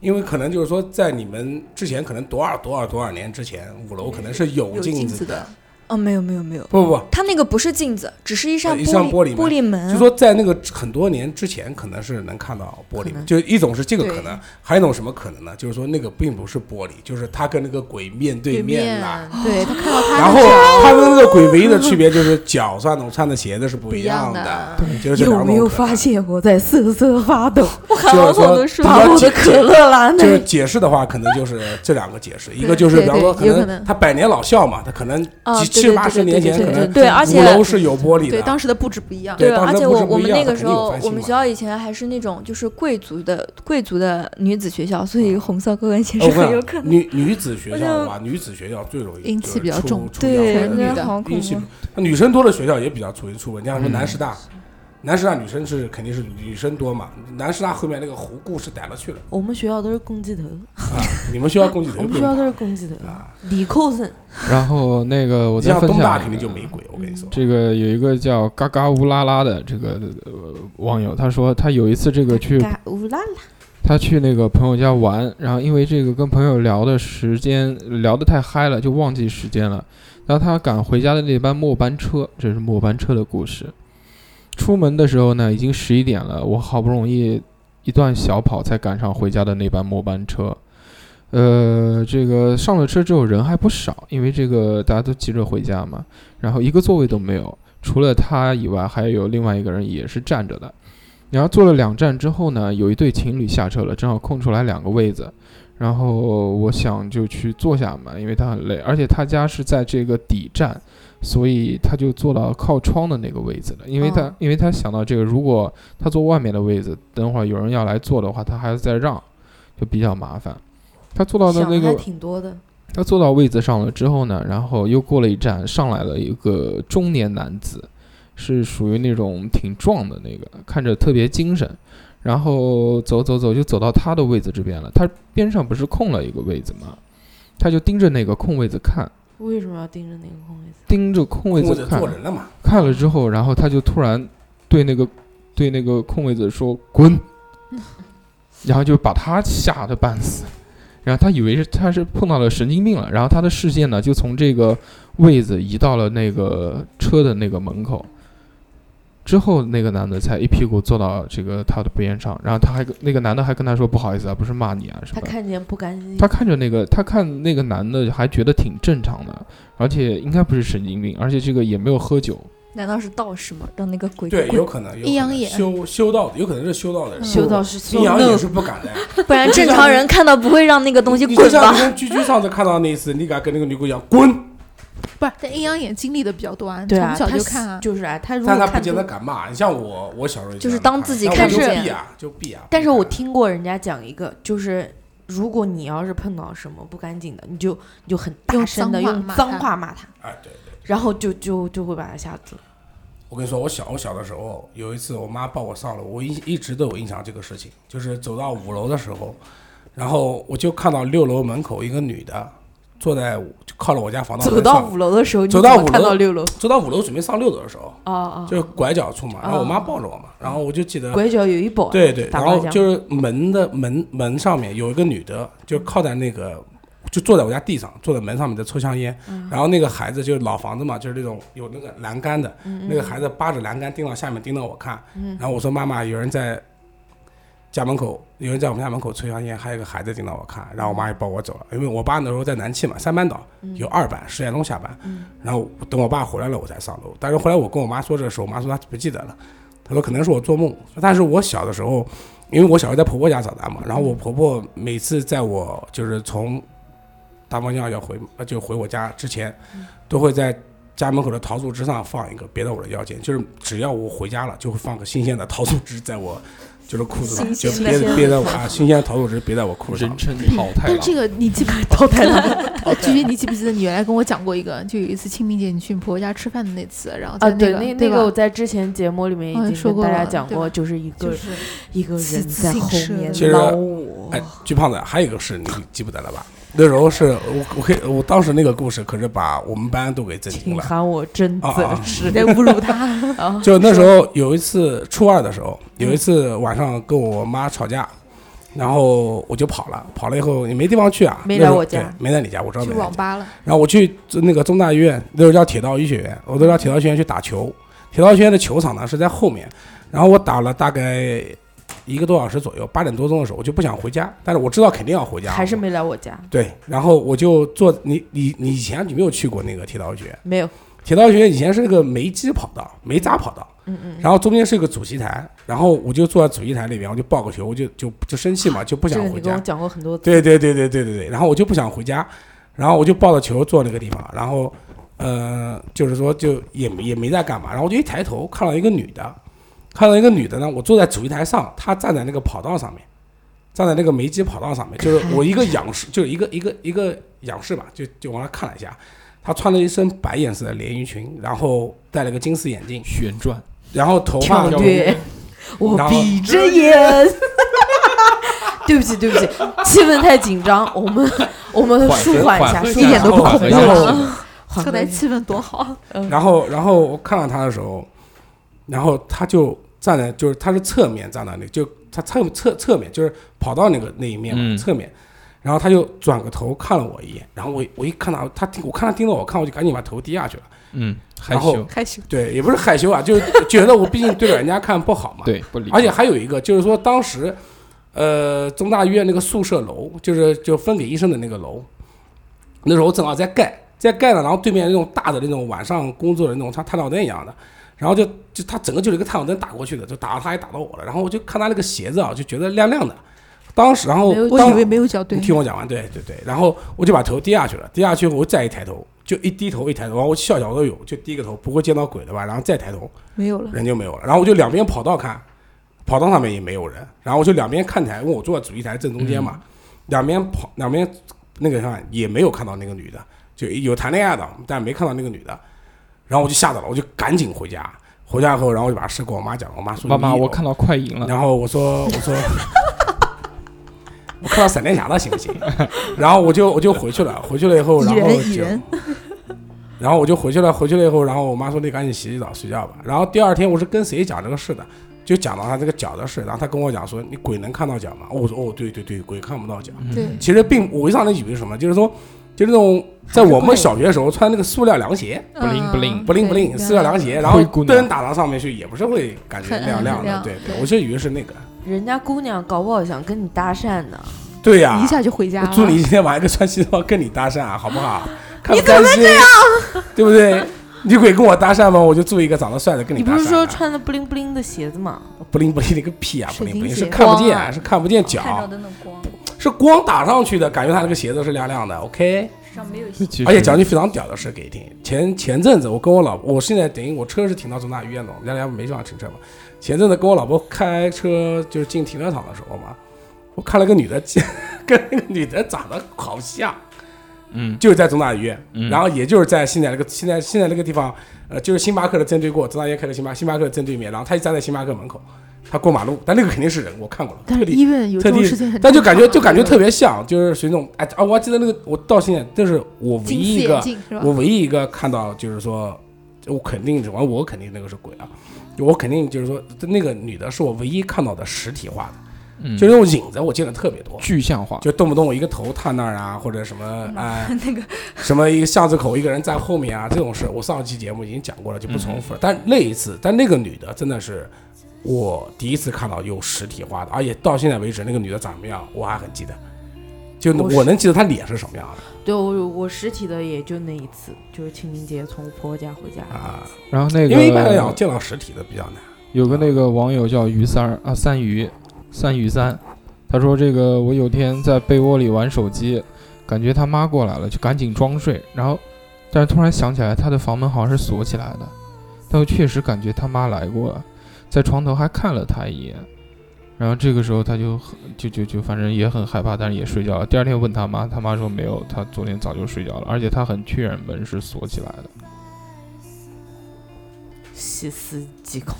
因为可能就是说，在你们之前，可能多少多少多少年之前，五楼可能是有有镜子的。的，哦，没有没有没有，不不不，它那个不是镜子，只是一扇呃一扇玻玻璃玻璃门。就说在那个很多年之前，可能是能看到玻可璃能，就一种是这个对可能，还有一种什么可能呢？就是说那个并不是玻璃，就是他跟那个鬼面对面啦。哦面对他看到他的然后脚他跟那个鬼唯一的区别就是脚上的穿的鞋子是不一样不一样的对，就是这有两没有种可发能。现我在瑟瑟发抖？啊哦我喊就是老总说都说，把我的可乐拉 就是那，解释的话，可能就是这两个解释，一个就是对比方说，可对有可能能他百年老校嘛，他可能啊几对七对八对十年前对可对能对对，而五楼且。是有玻璃对的，当时的布置不一样，对对，当时而的且布置我不我一们样那它肯个时定有候翻，我新们嘛学校以前还是那种就是贵族的贵族的女子学校，所以红色高跟鞋哦是我跟很你有讲可能。女女子学校的我话，女子学校最容易阴就是气比较出重，出对，洋真啊的女的的好恐阴气怖。那女生多的学校也比较容易出问题，像什么南师大，南师大女生是肯定是女生多嘛，南师大后面那个湖故事逮了去了我们学校都是公鸡头，啊！你们学校供给我头们不学校用都怕是公鸡头啊，理扣生。然后那个我再像分享东一大个，肯定就没鬼，我跟你说。这个有一个叫嘎嘎乌拉拉的这个、呃、网友，他说他有一次这个去嘎乌拉拉，他去那个朋友家玩，然后因为这个跟朋友聊的时间聊得太嗨了，就忘记时间了。然后他赶回家的那班末班车，这是末班车的故事。出门的时候呢，已经十一点了，我好不容易一段小跑才赶上回家的那班末班车。呃，这个上了车之后人还不少，因为这个大家都急着回家嘛，然后一个座位都没有，除了他以外，还有另外一个人也是站着的。然后坐了两站之后呢，有一对情侣下车了，正好空出来两个位子，然后我想就去坐下嘛，因为他很累，而且他家是在这个底站，所以他就坐到靠窗的那个位子了，因为他、哦因为他想到这个，如果他坐外面的位子，等会儿有人要来坐的话，他还要再让，就比较麻烦。他坐到的想那的还个挺多的。他坐到位子上了之后呢，然后又过了一站，上来了一个中年男子，是属于那种挺壮的那个，看着特别精神。然后走走走，就走到他的位子这边了。他边上不是空了一个位子吗？他就盯着那个空位子看，为什么要盯着那个空位子？盯着空位空子位子看坐人了嘛，看了之后，然后他就突然对那个对那个空位子说“滚”，嗯然后就把他吓得半死。然后他以为是他是碰到了神经病了，然后他的视线呢就从这个位子移到了那个车的那个门口。之后那个男的才一屁股坐到这个他的边上，然后他还跟那个男的还跟他说不好意思啊，不是骂你啊什他么的。看见不甘心，他看着那个，他看那个男的还觉得挺正常的，而且应该不是神经病，而且这个也没有喝酒，难道是道士吗？让那个鬼对，滚有可能，有可阴阳能眼修修道的，有可能是修道的人，嗯修道士阴阳眼是不敢的。不然正常人看到不会让那个东西你就滚像你吧？跟居居上次看到那一次，你敢跟那个女鬼讲滚，不是，但阴阳眼经历的比较多啊，对啊，从小他就看啊。就是啊，他如果但他不看见得多敢骂。你像我，我小时候也就是这样当看自己但看我就不见避啊，就避啊。但是不我敢听过人家讲一个，就是如果你要是碰到什么不干净的，你就你就很大用声的脏话用骂脏他话骂他，哎，对对，然后就就就会把他吓走。我跟你说，我小我小的时候有一次，我妈抱我上楼，我一一直都有印象这个事情，就是走到五楼的时候，然后我就看到六楼门口一个女的坐在就靠了我家防盗门走到上五楼的时候，你走到怎么五看楼到六楼，走到五楼准备上六楼的时候，哦哦，就是拐角处嘛，然后我妈哦抱着我嘛，然后我就记得拐角有一保安嗯对对，打然麻后将就是门的门门上面有一个女的，就靠在那个，就坐在我家地上，坐在门上面在抽香烟。嗯然后那个孩子就是老房子嘛，就是那种有那个栏杆的，嗯那个孩子扒着栏杆盯到下面盯到我看。然后我说妈妈，有人在家门口，有人在我们家门口抽香烟，还有一个孩子盯到我看。然后我妈也抱我走了，因为我爸那时候在南汽嘛，三班倒嗯有二班，十点钟下班。然后等我爸回来了，我才上楼。但是后来我跟我妈说这事，我妈说她不记得了。她说可能是我做梦，但是我小的时候，因为我小时候在婆婆家长大嘛，然后我婆婆每次在我就是从大方向要回呃就回我家之前，都会在家门口的桃树枝上放一个别到我的腰间，就是只要我回家了，就会放个新鲜的桃树枝在我就是裤子上，就新鲜的别别在我啊新鲜的桃树枝别在我裤子上人。称淘汰但了。这个你记不淘汰 了？哎菊菊，你记不记得你原来跟我讲过一个，就有一次清明节你去你婆婆家吃饭的那次，然后在啊，对，个那对那吧个我在之前节目里面好像已经说跟过大家了讲对过，吧就是一个就是一个私人自在性后事面其实捞我哎，，巨胖子，还有一个事你记不得了吧？那时候是我，我可以，我当时那个故事可是把我们班都给震惊请了。喊我贞啊啊子是你在侮辱她，啊，就那时候有一次初二的时候，有一次晚上跟我妈吵架，然后我就跑了，跑了以后也没地方去啊，没那时候来我家对没来你家，我知道去没来网你家。吧了。然后我去那个中大医院，那时候叫铁道医学院，我都到铁道医学院去打球。铁道医学院的球场呢是在后面，然后我打了大概一个多小时左右，八点多钟的时候我就不想回家，但是我知道肯定要回家啊，还是我没来我 家，对，然后我就坐你你你以前你没有去过那个铁道学院，没有，铁道学院以前是那个煤机跑道、煤渣跑道，嗯嗯，然后中间是个主席台，然后我就坐在主席台里面，我就抱个球，我就就就生气嘛，就不这想个回你跟我家。讲过很多次，对对对对对对对，然后我就不想回家，然后我就抱着球坐那个地方，然后呃，就是说就也没也没在干嘛，然后我就一抬头看到一个女的，看到一个女的呢，我坐在主席台上，她站在那个跑道上面，站在那个煤机跑道上面，就是我一个仰视，就是一个一个一个仰视吧，就就往那看了一下。她穿了一身白颜色的连衣裙，然后戴了个金丝眼镜，旋转，然后头发哦跳跃，我然后闭着眼。 对不起，对不起，气氛太紧张，我们我们缓和舒缓一下，缓和一舒下一点都不恐缓和怖一下然了后， 缓刚和才一下气氛多好，然后，然后我看到他的时候，然后他就站在，就是他是侧面站在那，就他侧侧侧面，就是跑到那个那一面嘛，嗯侧面。然后他就转个头看了我一眼，然后我我一看到他盯，我看他盯着我看，我就赶紧把头低下去了。嗯，害然后羞，害羞。对，也不是害羞啊，就是觉得我毕竟对着人家看不好嘛。 对，不理。而且还有一个就是说，当时，呃，中大医院那个宿舍楼，就是就分给医生的那个楼，那时候正好在盖，在盖呢，然后对面那种大的那种晚上工作的那种像探照灯一样的，然后就就他整个就是一个探照灯打过去的，就打到他也打到我了，然后我就看他那个鞋子啊，就觉得亮亮的，当时然后没有我当以为没有脚对哦你，听我讲完，对对对，然后我就把头低下去了，低下去我再一抬头，就一低头一抬头，然后我笑笑我都有，就低个头，不会见到鬼的吧，然后再抬头，没有了。人就没有了。然后我就两边跑道看，跑道上嗯面也没有人。然后我就两边看台，因为我坐在主席台正中间嘛，两边跑两边那个上也没有看到那个女的，就有谈恋爱的，但没看到那个女的。然后我就吓到了，我就赶紧回家。回家以后，然后我就把事跟我妈讲，我妈说：“妈妈，我看到快银了。”然后我说：“我说， 我看到闪电侠了，行不行？”然后我就我就回去了，回去了以后，然后蚁就人，然后我就回去了，回去了以后，然后我妈说：“你赶紧洗洗澡睡觉吧。”然后第二天我是跟谁讲这个事的，就讲到他这个脚的事，然后他跟我讲说：“你鬼能看到脚吗？”我说：“哦，对对对，鬼看不到脚。”嗯对，其实并我一上来以为是什么，就是说，就那种在我们小学的时候穿那个塑料凉鞋，不灵啊不嗯灵不灵不灵，塑料凉鞋，然后灰姑娘灯打到上面去也不是会感觉很亮亮很的，亮对对，对我就以为是那个，人家姑娘搞不好想跟你搭讪呢。对呀、一下就回家啊我了。祝你今天晚上一个穿西装跟你搭讪、啊，好不好？你怎么这样？对不对？你鬼跟我搭讪吗？我就做一个长得帅的跟你搭讪、啊。不是说穿的不灵不灵的鞋子吗？不灵不灵那个屁啊！不灵不灵是水晶鞋看不见光啊，是看不见脚，看着的那光，是光打上去的，感觉他那个鞋子是亮亮的。OK，上没有这其实而且讲句非常屌的事给你听，前前阵子我跟我老婆，我现在等于我车是停到中大医院的，我们家两没地方停车嘛。前阵子跟我老婆开车就是进停车场的时候嘛，我看了个女的， 跟那个女的长得好像，嗯就是在中大医院，嗯然后也就是在现在那个现在现在那个地方，呃，就是星巴克的正对过，中大医院开个星巴星巴克的正对面，然后她就站在星巴克门口，她过马路，但那个肯定是人，我看过了，但特是地医院有这特种地事情很正常啊，但就感觉就感觉特别像，就是属于那种哎啊，我还记得那个，我到现在这是我唯近一视一个眼镜是吧我？唯一一个看到就是说，我肯定是完，我肯定那个是鬼啊，我肯定就是说那个女的是我唯一看到的实体化的，嗯，就那种影子我见的特别多。具象化，就动不动我一个头探那儿啊，或者什么嗯啊、哎 那个什么一个巷子口一个人在后面啊，这种事我上期节目已经讲过了，就不重嗯复了。但那一次，但那个女的真的是我第一次看到有实体化的，而且到现在为止，那个女的长什么样我还很记得，就我是我能记得她脸是什么样的对我我实体的也就那一次，就是清明节从我婆婆家回家。啊，然后那个因为一般来讲见到实体的比较难。有个那个网友叫鱼三儿啊，三鱼，三鱼三，他说这个我有天在被窝里玩手机，感觉他妈过来了，就赶紧装睡，然后，但是突然想起来他的房门好像是锁起来的，但我确实感觉他妈来过了，在床头还看了他一眼，然后这个时候他就很就就就反正也很害怕，但是也睡觉了。第二天问他妈，他妈说没有，他昨天早就睡觉了，而且他很确认门是锁起来的。细思极恐。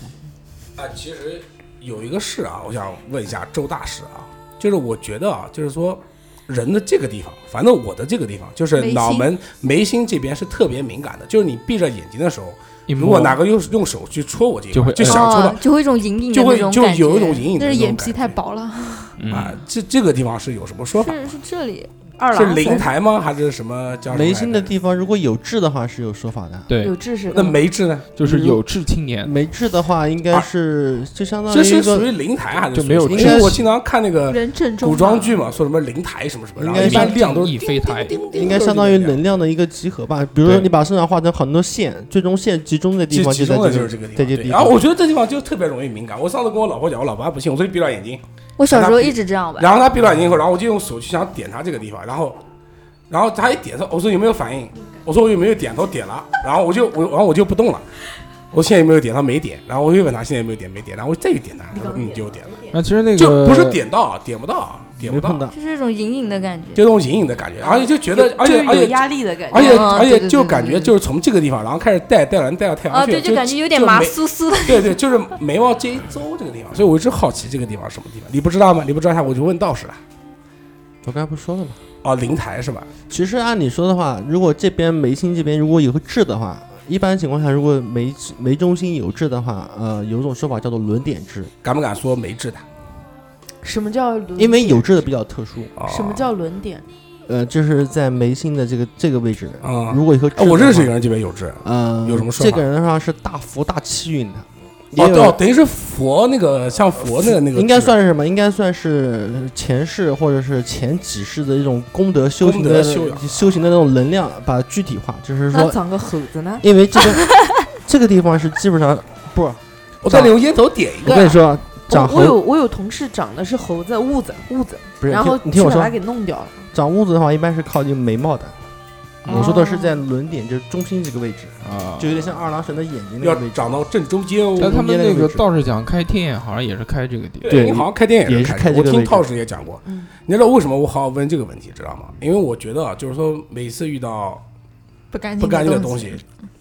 啊，其实有一个事啊，我想问一下周大师啊，就是我觉得啊，就是说人的这个地方，反正我的这个地方，就是眉心脑门眉心这边是特别敏感的，就是你闭着眼睛的时候，一摸如果哪个用用手去戳我这一就块，会就想戳到，哦就会一种隐隐的就那会种就感觉，有一种隐隐的那是种眼皮感太觉薄了，嗯嗯啊，这这个地方是有什么说法？是是这里，二是郎灵神台吗？还是什么叫什么来着眉心的？地方如果有痣的话是有说法的，对有，知识，嗯那眉痣呢？就是有志青年，没痣的话应该是就相当啊于这是一属于个灵台还是就属于没有什么痣因为我经常看那个人正嗯中古装嘛剧嘛，说什么灵台什么什么，然后应该一般是亮都是亦非台。应该相当于能。能量的一个集合吧。比如说对你把身上画成很多线，最终线集中的地集方集在中的这就个是这个地方。在这个对地然后方。我觉得这地方就特别容易敏感。我上次跟我老婆讲，我老婆还不信，我说你闭上眼睛，我小时候一直这样吧。然后她闭上眼睛以后，然后我就用手去想点她这个地方，然后，然后她一点她，我说有没有反应？我说我有没有点头点了，然后我就我然后我就不动了。我现在有没有点？她没点，然后我又问她现在有没有点，没点，然后我再去点她，她说嗯，就点了，那其实那个就不是点到，点不到，点不没到碰，到，就是一种隐隐的感觉，就那种隐隐的感觉，而且就觉得，而且就是而有且压力的感而觉。且嗯而对且对就对感觉对就是从这个地方，然后开始带带完带到太阳啊，穴，对，就感觉有点就麻没酥酥的。对对，就是眉毛这一周这个地方，所以我一直好奇这个地方是什么地方，你不知道吗？你不知道一下，我就问道士了。我刚才不是说了吗？哦，灵台是吧？其实按理说的话，如果这边眉心这边如果有个痣的话，一般情况下，如果眉眉中心有痣的话，呃，有种说法叫做轮点痣，敢不敢说没痣的？什么叫轮？因为有痣的比较特殊，哦什么？叫轮点？呃，就是在眉心的这个这个位置，啊、如果有个痣的哎话、我认识一个人这边有痣。哦，呃，有什么说法这个人的话是大福大气运的，也对有、哦，等于是佛那个像佛那个那个痣，应该算是什么？应该算是前世或者是前几世的一种功德修行的功德修养啊修行的那种能量，把它具体化，就是那说，长个猴子啊呢？因为这个 这个地方是基本上不是。我再用烟头点一我个。跟你说，长啊我我有猴我有同事长的是猴子痦子痦子，不是，然后你听你听我去把说它，给弄掉了。长痦子的话一般是靠近眉毛的，我说的是在轮点，就是中心这个位置，啊，就有点像二郎神的眼睛那要个位置。长到正中间哦。但他们中间那那个个位置道士讲开天，好像也是开这个地方。对你好像开店也也是是开开这店，个我嗯位听置套时也讲过。你知道为什么我好好问这个问题，知道吗？因为我觉得啊，就是说每次遇到不干净不干净的东东西，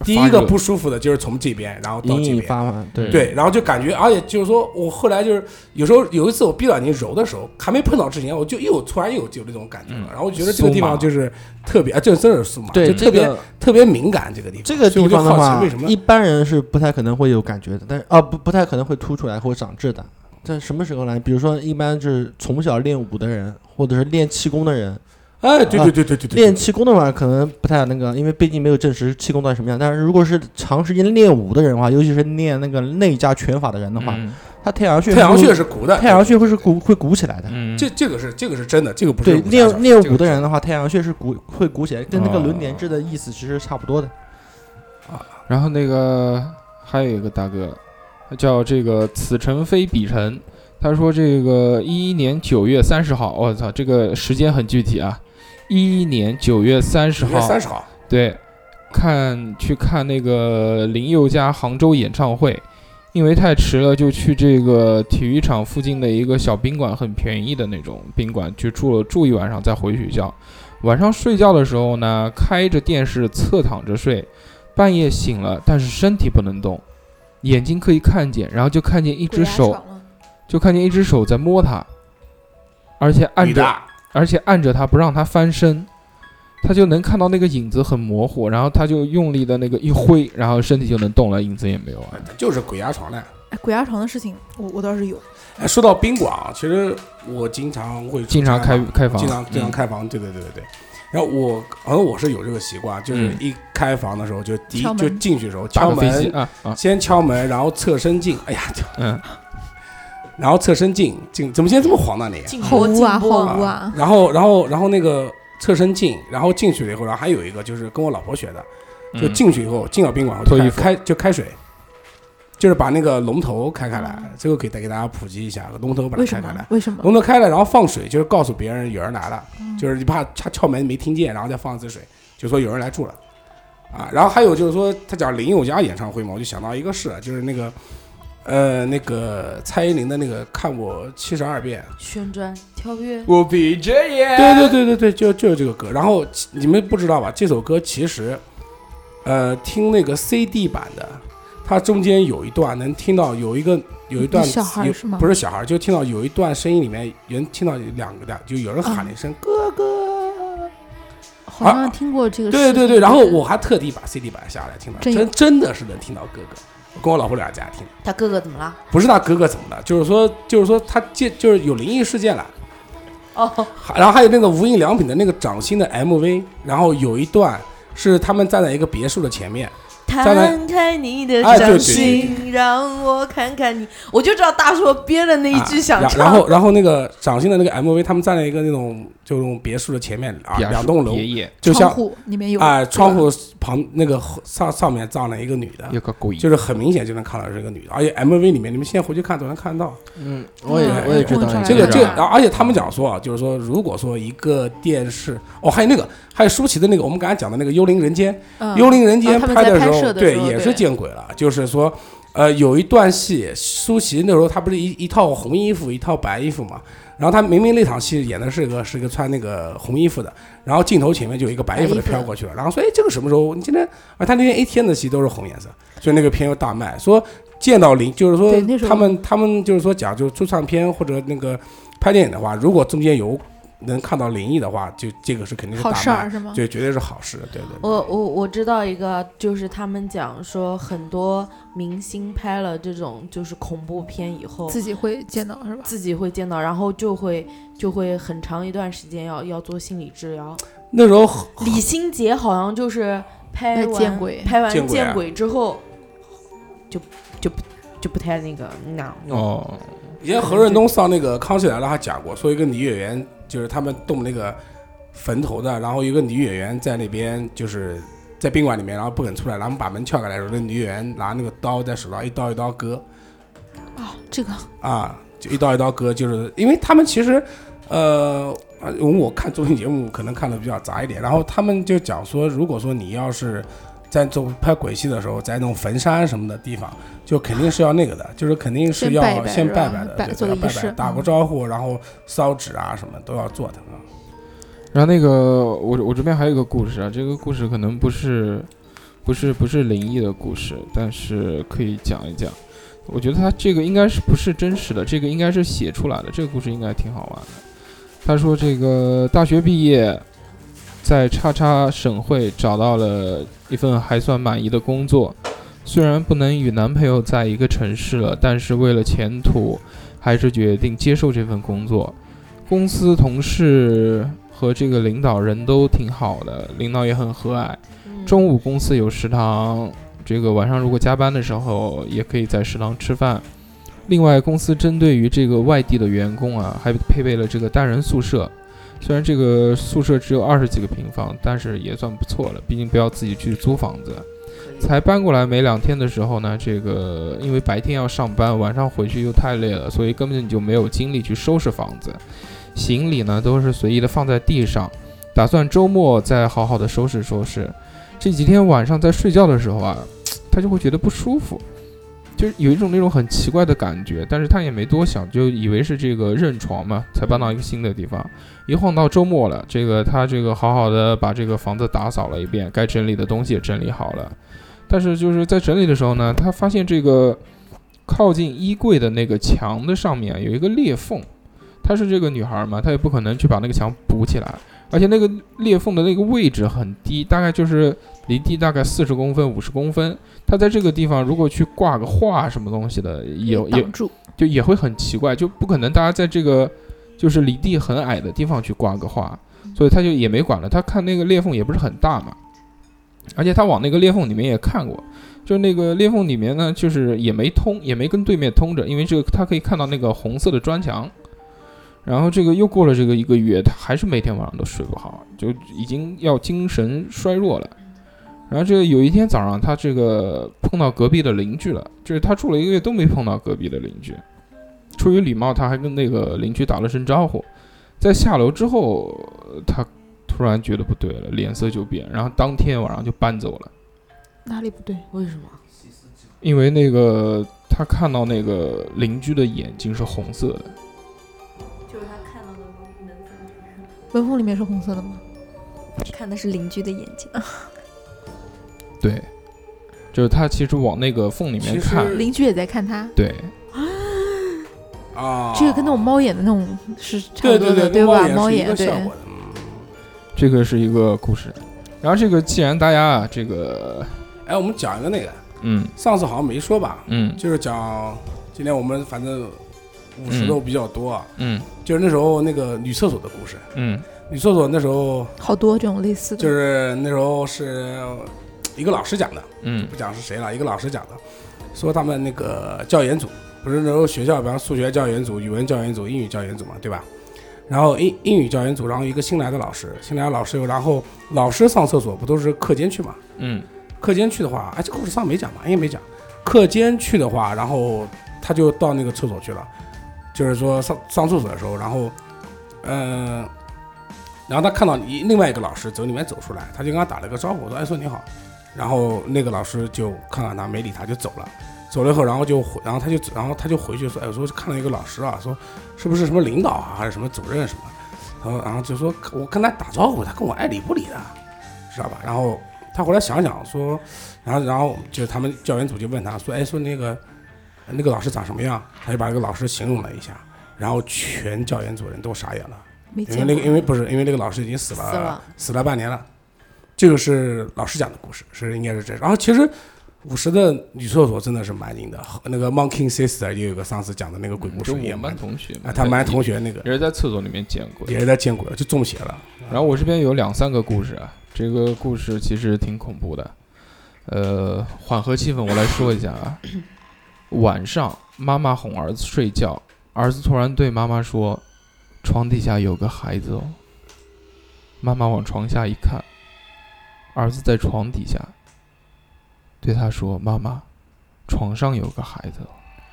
第一发个热不舒服的就是从这边，然后到隐这隐边。发麻，对对，然后就感觉，而且就是说我后来就是有时候有一次我闭上眼睛揉的时候，还没碰到之前，我就又突然又有那种感觉了，嗯然后我觉得这个地酥麻方就是特别，啊，这真的是酥麻，对就特这别、个特别敏感这个地方。这个所以地我就方的好奇话为什么，一般人是不太可能会有感觉的，但是啊不不太可能会凸出来或长痣的。在什么时候来？比如说，一般就是从小练武的人，或者是练气功的人，哎，对对对对对对，练气功的话可能不太那个，因为毕竟没有证实气功到底什么样。但是如果是长时间练武的人的话，尤其是练那个内家拳法的人的话，嗯他太阳穴太阳会穴是鼓的，太阳穴会是鼓会鼓起来的。嗯，这这个是这个是真的，这个不是对，武侠小练说练这个武的是人的话，太阳穴是鼓会鼓起来，跟那个哦轮点痣的意思其实差不多的。然后那个还有一个大哥，他叫这个此诚非彼诚，他说这个一一年九月三十号，我、操，这个时间很具体啊，一一年九月三十九月号，三十号，对，看去看那个林宥嘉杭州演唱会，因为太迟了，就去这个体育场附近的一个小宾馆，很便宜的那种宾馆，去住了住一晚上，再回学校。晚上睡觉的时候呢，开着电视侧躺着睡，半夜醒了，但是身体不能动，眼睛可以看见，然后就看见一只手，啊就看见一只手在摸他，而且按女着的，而且按着他不让他翻身，他就能看到那个影子很模糊，然后他就用力的那个一挥，然后身体就能动了，影子也没有啊。就是鬼压床的。哎，鬼压床的事情，我我倒是有，哎，说到宾馆啊，其实我经常会出经常差开嘛开房，经常经常嗯开房，对对对对对。然后我好像我是有这个习惯，就是一开房的时候就第一敲门就进去的时候嗯打敲个飞机门，啊啊先敲门，然后侧身进，哎呀， 就嗯，然后侧身进进，怎么现在这么黄呢你？进好波污啊，进好波，污啊！然后然后然后那个侧身进，然后进去了以后，然后还有一个就是跟我老婆学的，就嗯进去以后进到宾馆后脱就开衣服开就开水。就是把那个龙头开开来，这个给再给大家普及一下，龙头把它嗯为什开开来么？。为什么？龙头开了，然后放水，就是告诉别人有人来了，就是你怕他敲门没听见，然后再放一次水，就说有人来住了，啊，然后还有就是说他讲林宥嘉演唱会嘛，我就想到一个事，就是那个，呃，那个蔡依林的那个看我七十二变，旋转跳跃，我闭着眼。对对对对对，就就是这个歌。然后其你们不知道吧？这首歌其实，呃，听那个 CD 版的，它中间有一段能听到有一个有一段小孩儿有是吗嗯不是小孩儿，就听到有一段声音里面人听到有两个两，就有人喊了一声啊哥哥。好像听过这个事对情。对对，然后我还特地把 CD 版下来听了，真有真真的是能听到哥哥。我跟我老婆两家听的，他哥哥怎么了？不是他哥哥怎么的，就是说就是说他这就是有灵异事件了。哦，还然后还有那个无印良品的那个掌心的 MV，然后有一段是他们站在一个别墅的前面，再来摊开你的哎对掌对心，让我看看你。我就知道大硕憋了那一句想啊唱，然然后然后那个掌心的那个 MV，他们站在一个那种就那种别墅的前面啊，亚两叔栋楼爷，爷就窗像户里面有啊、对吧窗户旁那个后上上面站了一个女的，有个鬼，就是很明显就能看到是个女的，而且 MV 里面你们现在回去看都能看到。嗯，我也嗯我也知我道知道这个对这个，吧然后而且他们讲说啊，就是说，如果说一个电视哦，还有那个，还有舒淇的那个，我们刚才讲的那个《幽灵人间》，嗯《幽灵人间啊他》们拍在的拍时摄候，的时候也对是见鬼了。就是说，呃，有一段戏，舒淇那时候她不是一一套红衣服，一套白衣服嘛。然后她明明那场戏演的是个是一个穿那个红衣服的，然后镜头前面就有一个白衣服的白衣服飘过去了，然后说，哎，这个什么时候？你今天啊，她那天 A 天的戏都是红颜色，所以那个片又大卖，说。见到林，就是对那时说候他们他们就是说讲，就是出唱片或者那个拍电影的话，如果中间有能看到灵异的话，就这个是肯定是大好卖，事儿是吗？对，绝对是好事，对对对。我我我知道一个，就是他们讲说很多明星拍了这种就是恐怖片以后，自己会见到是吧？自己会见到，然后就会就会很长一段时间要要做心理治疗。那时候李心洁好像就是拍哎完见鬼拍完见鬼啊见鬼之后，就就不就不太那个那哦，以前何润东上那个《康熙来了》还讲过，说一个女演员就是他们动那个坟头的，然后一个女演员在那边就是在宾馆里面，然后不肯出来，然后把门撬开来的时候，那女演员拿那个刀在手上一刀一刀割啊，这个啊，就一刀一刀割，就是因为他们其实呃，啊，因为我看综艺节目可能看的比较杂一点，然后他们就讲说，如果说你要是在做拍鬼戏的时候，在那种坟山什么的地方，就肯定是要那个的，就是肯定是先要拜一拜先是拜吧的，拜对做要仪拜拜，式嗯打过招呼，然后烧纸啊什么都要做的啊。然后那个我我这边还有一个故事啊，这个故事可能不是不是不是灵异的故事，但是可以讲一讲。我觉得他这个应该是不是真实的，这个应该是写出来的。这个故事应该挺好玩的。他说这个大学毕业，在叉叉省会找到了一份还算满意的工作，虽然不能与男朋友在一个城市了，但是为了前途，还是决定接受这份工作。公司同事和这个领导人都挺好的，领导也很和蔼。嗯中午公司有食堂，这个晚上如果加班的时候也可以在食堂吃饭。另外，公司针对于这个外地的员工啊，还配备了这个单人宿舍。虽然这个宿舍只有二十几个平方，但是也算不错了，毕竟不要自己去租房子。才搬过来没两天的时候呢，这个因为白天要上班，晚上回去又太累了，所以根本就没有精力去收拾房子。行李呢都是随意的放在地上，打算周末再好好的收拾收拾。这几天晚上在睡觉的时候啊，他就会觉得不舒服，就是有一种那种很奇怪的感觉，但是他也没多想，就以为是这个认床嘛，才搬到一个新的地方。一晃到周末了，这个他这个好好的把这个房子打扫了一遍，该整理的东西也整理好了，但是就是在整理的时候呢，他发现这个靠近衣柜的那个墙的上面啊有一个裂缝。她是这个女孩嘛，她也不可能去把那个墙补起来，而且那个裂缝的那个位置很低，大概就是离地大概四十公分、五十公分。她在这个地方如果去挂个画什么东西的，也也挡住，就也会很奇怪，就不可能大家在这个就是离地很矮的地方去挂个画，所以他就也没管了。他看那个裂缝也不是很大嘛，而且他往那个裂缝里面也看过，就是那个裂缝里面呢，就是也没通，也没跟对面通着，因为这个他可以看到那个红色的砖墙。然后这个又过了这个一个月，他还是每天晚上都睡不好，就已经要精神衰弱了。然后这个有一天早上，他这个碰到隔壁的邻居了，就是他住了一个月都没碰到隔壁的邻居。出于礼貌，他还跟那个邻居打了声招呼。在下楼之后，呃他突然觉得不对了，脸色就变，然后当天晚上就搬走了。哪里不对？为什么？因为那个他看到那个邻居的眼睛是红色的，就是他看到的门缝，纹风里面是红色的吗？ 看的是邻居的眼睛。对，就是他其实往那个缝里面其实看，邻居也在看他，对，啊，这个跟那种猫眼的那种是差不对多对，的，对跟吧？猫猫眼眼是一个对效，果的，嗯。这个是一个故事。然后这个既然大家啊，这个哎，我们讲一个那个，嗯上次好像没说吧？嗯就是讲今天我们反正五十嗯都比较多啊，嗯就是那时候那个女厕所的故事。嗯女厕所那时候好多这种类似的，就是那时候是一个老师讲的，嗯不讲是谁了，一个老师讲的，说他们那个教研组不是那时候学校，比方数学教研组、语文教研组、英语教研组嘛，对吧？然后英英语教研组，然后一个新来的老师，新来的老师，然后老师上厕所不都是课间去嘛？嗯课间去的话，哎，这个故事上没讲吧？应该没讲。课间去的话，然后他就到那个厕所去了，就是说上上厕所的时候，然后，嗯、然后他看到一另外一个老师从里面走出来，他就跟他打了个招呼，说：“哎，说你好。”然后那个老师就看看他，没理他，就走了。走了以后，然后就回，然后他就然后他就回去说：“哎，我说看到一个老师啊，说是不是什么领导啊，还是什么主任什么？”然后然后就说：“我跟他打招呼，他跟我爱理不理的，知道吧？”然后他后来想想说，然后然后就是他们教研组就问他说：“哎，说那个那个老师长什么样？”他就把那个老师形容了一下，然后全教研组人都傻眼了，没因见为过。那个因为不是因为那个老师已经死了死了死了半年了。这个是老师讲的故事，是应该是这。然后其实五十的女厕所真的是蛮硬的，那个 Monkey Sister 也有个上次讲的那个鬼故嗯就事我也们蛮班同学嘛啊，他们班同学那个也是在厕所里面见过的，也是在见鬼了，就中邪了。然后我这边有两三个故事啊，这个故事其实挺恐怖的，呃，缓和气氛，我来说一下啊。晚上，妈妈哄儿子睡觉，儿子突然对妈妈说：“床底下有个孩子哦。”妈妈往床下一看，儿子在床底下，对他说：“妈妈，床上有个孩子哦。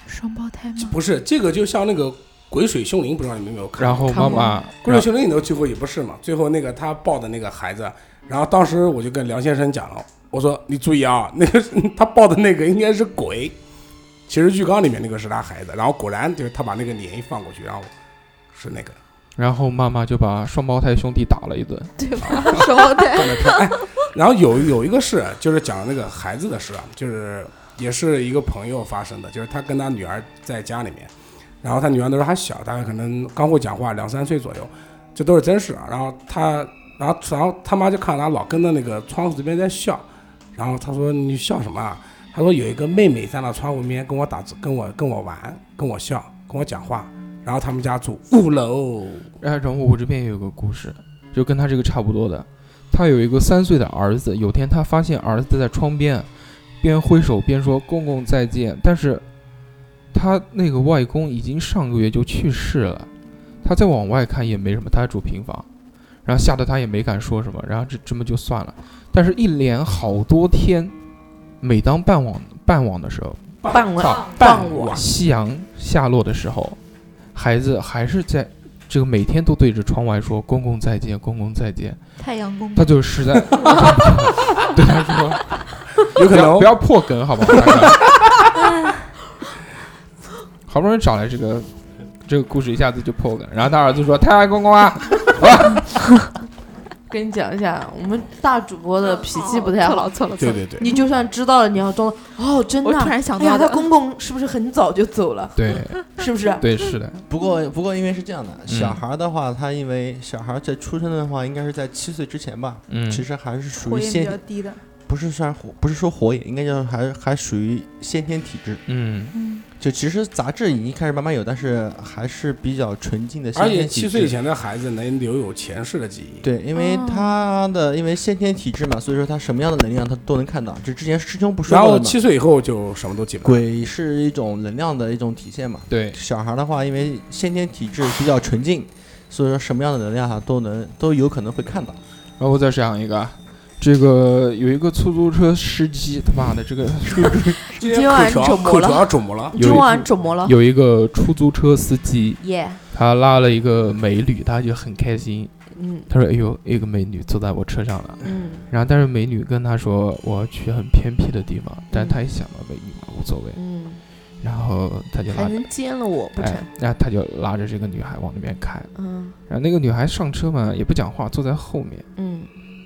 双胞胎吗？不是这个，就像那个鬼水凶灵》，不知道你们有没有看过？然后妈妈， 《鬼水凶灵》你都去过也不是嘛？最后那个他抱的那个孩子，然后当时我就跟梁先生讲了，我说你注意啊，那个是 他抱的那个应该是鬼，其实浴缸里面那个是他孩子，然后果然就是他把那个脸一放过去，然后是那个。然后妈妈就把双胞胎兄弟打了一顿。 对吧？说对，看得开哎，然后有有一个事，就是讲那个孩子的事啊，就是也是一个朋友发生的，就是他跟他女儿在家里面，然后他女儿那时候还小，大概可能刚会讲话，两三岁左右，这都是真事啊。然后他，然后然后他妈就看他老跟着那个窗户这边在笑，然后他说你笑什么啊？他说有一个妹妹站到窗户边跟我打字，跟我跟我玩，跟我笑，跟我讲话。然后他们家住五楼，然后我这边也有个故事，就跟他这个差不多的。他有一个三岁的儿子，有天他发现儿子在窗边，边挥手边说“公公再见”，但是他那个外公已经上个月就去世了。他再往外看也没什么，他还住平房，然后吓得他也没敢说什么，然后这这么就算了。但是，一连好多天，每当傍晚傍晚的时候，傍晚傍傍晚晚，夕阳下落的时候，孩子还是在这个每天都对着窗外说“公公再见，公公再见 太阳公”，他就实 在对他说有可不能要不要破梗，好不好？大家好不容易找来这个这个故事，一下子就破梗。然后他儿子说：“太爱公公啊跟你讲一下，我们大主播的脾气不太好。错了错对了，对对，你就算知道了，你要装哦，真的我啊。突然想哎呀，到他的，公公是不是很早就走 了？”，对是不是？对，是的，不过不过因为是这样的，小孩儿的话，他因为小孩儿在出生的话，应该是在七岁之前吧，嗯，其实还是属火于焰比先较低的，不是算火，不是说火眼，应该叫还还属于先天体质。嗯，嗯，就其实杂质已经开始慢慢有，但是还是比较纯净的先而且天体质。七岁以前的孩子能留有前世的记忆。对，因为哦他的因为先天体质嘛，所以说他什么样的能量他都能看到。这之前师兄不说然过后了嘛，七岁以后就什么都记不了。鬼是一种能量的一种体现嘛。对，小孩的话，因为先天体质比较纯净，所以说什么样的能量哈都能都有可能会看到。然后我再讲一个啊，这个有一个出租车司机，他妈的这 个今今晚口肿条么口了条肿么了？有一今晚肿么了？有一个出租车司机，耶，他拉了一个美女，他就很开心，嗯他说：“哎呦，一个美女坐在我车上了。”嗯，然后但是美女跟他说：“我要去很偏僻的地方。”但是他一想到美女嘛，无所谓，嗯，然后他就还拉着，能奸了我不成哎？，然后他就拉着这个女孩往那边开。嗯然后那个女孩上车嘛，也不讲话，坐在后面。嗯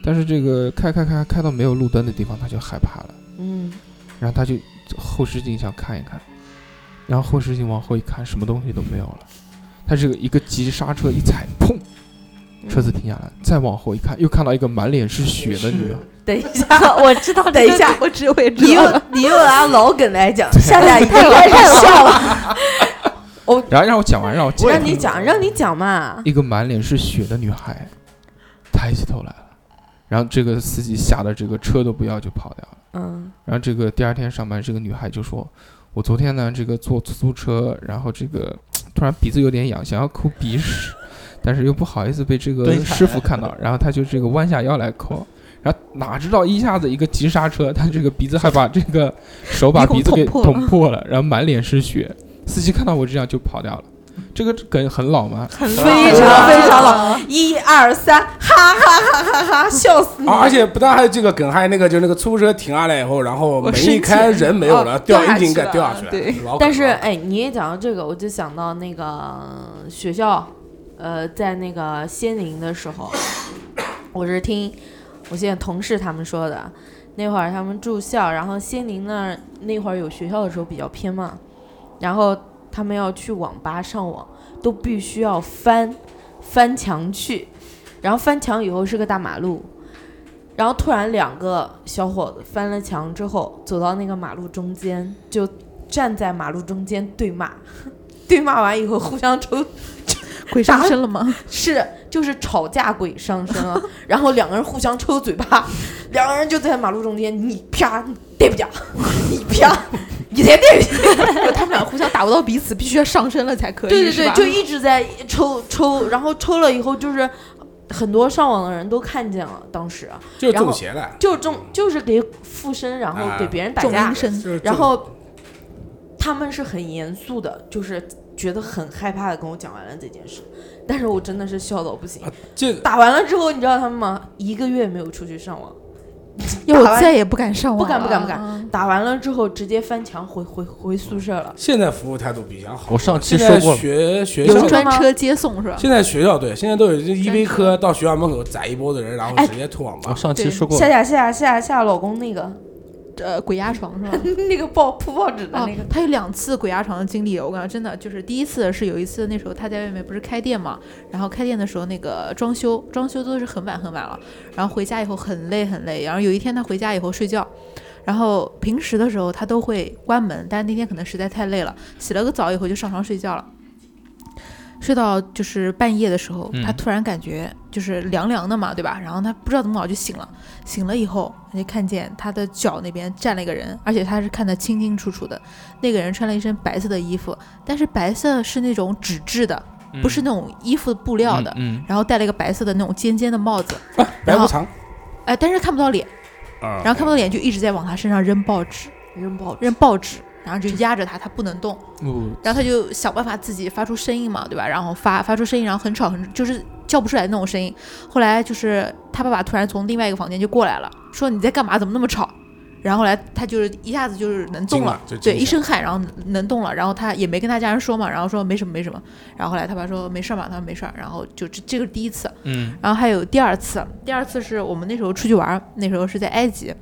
但是这个开开开开到没有路灯的地方，他就害怕了。嗯，然后他就后视镜想看一看，然后后视镜往后一看，什么东西都没有了。他这个一个急刹车一踩，砰，嗯车子停下来。再往后一看，又看到一个满脸是血的女孩。等一下， 我知道，等一下，我只会你知 道又了，你又拿老梗来讲，夏夏 应该是笑了。 然后让我讲完，让我讲让你讲，让你讲嘛。一个满脸是血的女孩抬起头来了，然后这个司机吓得这个车都不要就跑掉了。嗯然后这个第二天上班，这个女孩就说：“我昨天呢，这个坐出租车，然后这个突然鼻子有点痒，想要抠鼻屎，但是又不好意思被这个蹲下来师傅 看到，然后她就这个弯下腰来抠。”然后哪知道一下子一个急刹车，她这个鼻子还把这个手把鼻孔鼻子给捅破捅破了，然后满脸是血。司机看到我这样就跑掉了，这个梗很老吗？很非常非常老，一二三，哈哈哈哈哈，笑死你！啊而且不但还有这个梗，还有那个，就是那个出租车停下来以后，然后我门生一气开，人没有了，哦掉掉下窨井去盖掉下了去了。对老梗但是了哎，你也讲到这个，我就想到那个学校，呃，在那个仙林的时候，我是听我现在同事他们说的，那会儿他们住校，然后仙林那儿那会儿有学校的时候比较偏嘛，然后他们要去网吧上网，都必须要翻翻墙去，然后翻墙以后是个大马路。然后突然，两个小伙子翻了墙之后，走到那个马路中间，就站在马路中间对骂， 对骂完以后互相抽鬼上身了吗？是就是吵架鬼上身 啊，然后两个人互相抽嘴巴，两个人就在马路中间，你啪你对不讲，你啪你才对不起，他们俩 啊互相打不到彼此，必须要上身了才可以。对对是对吧，就一直在抽抽，然后抽了以后就是很多上网的人都看见了，当时啊就是然后中邪了，就中就是给附身，然后啊给别人打中架，阴身就是中然后他们是很严肃的，就是觉得很害怕的跟我讲完了这件事，但是我真的是笑到不行。这打完了之后，你知道他们吗？一个月没有出去上网，因为我再也不敢上网，不敢不敢不敢。打完了之后，直接翻墙回回回宿舍了。现在服务态度比较好。我上期现说在过了，学学有校，专车接送是吧？现在学校对，现在都有医卫科到学校门口宰一波子人，然后直接推网吧哦我。上期对说过夏了，夏夏夏夏老公那个 呃，鬼压床是 吧？那个报铺报纸的哦那个，，他有两次鬼压床的经历，我感觉真的就是第一次是有一次那时候他在外面不是开店嘛，然后开店的时候那个装修装修都是很晚很晚了，然后回家以后很累很累，然后有一天他回家以后睡觉，然后平时的时候他都会关门，但是那天可能实在太累了，洗了个澡以后就上床睡觉了。睡到就是半夜的时候，嗯他突然感觉就是凉凉的嘛，对吧？然后他不知道怎么搞就醒了，醒了以后他就看见他的脚那边站了一个人，而且他是看得清清楚楚的。那个人穿了一身白色的衣服，但是白色是那种纸质的，不是那种衣服布料的。嗯，然后戴了一个白色的那种尖尖的帽子，啊白无常哎，但是看不到脸，啊然后看不到脸就一直在往他身上扔报纸，扔报纸扔报纸，然后就压着他，他不能动。哦嗯然后他就想办法自己发出声音嘛，对吧？然后发发出声音，然后很吵，很就是叫不出来那种声音。后来就是他爸爸突然从另外一个房间就过来了，说你在干嘛？怎么那么吵？然后后来他就是一下子就是能动惊了了就，对，惊一吓身汗，然后能动了，然后他也没跟他家人说嘛，然后说没什么没什么，然后后来他爸说没事儿嘛，他说没事儿，然后就这这个是第一次，嗯，然后还有第二次，第二次是我们那时候出去玩儿，那时候是在埃及，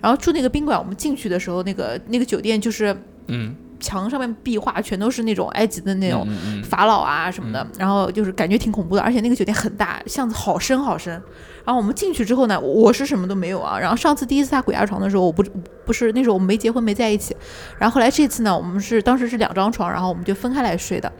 然后住那个宾馆，我们进去的时候，那个那个酒店就是嗯，墙上面壁画全都是那种埃及的那种嗯嗯法老啊什么的，然后就是感觉挺恐怖的，而且那个酒店很大，巷子好深好深。然后我们进去之后呢，我我是什么都没有啊。然后上次第一次他鬼压床的时候，我不不是那时候我们没结婚没在一起，然后后来这次呢，我们是当时是两张床，然后我们就分开来睡的。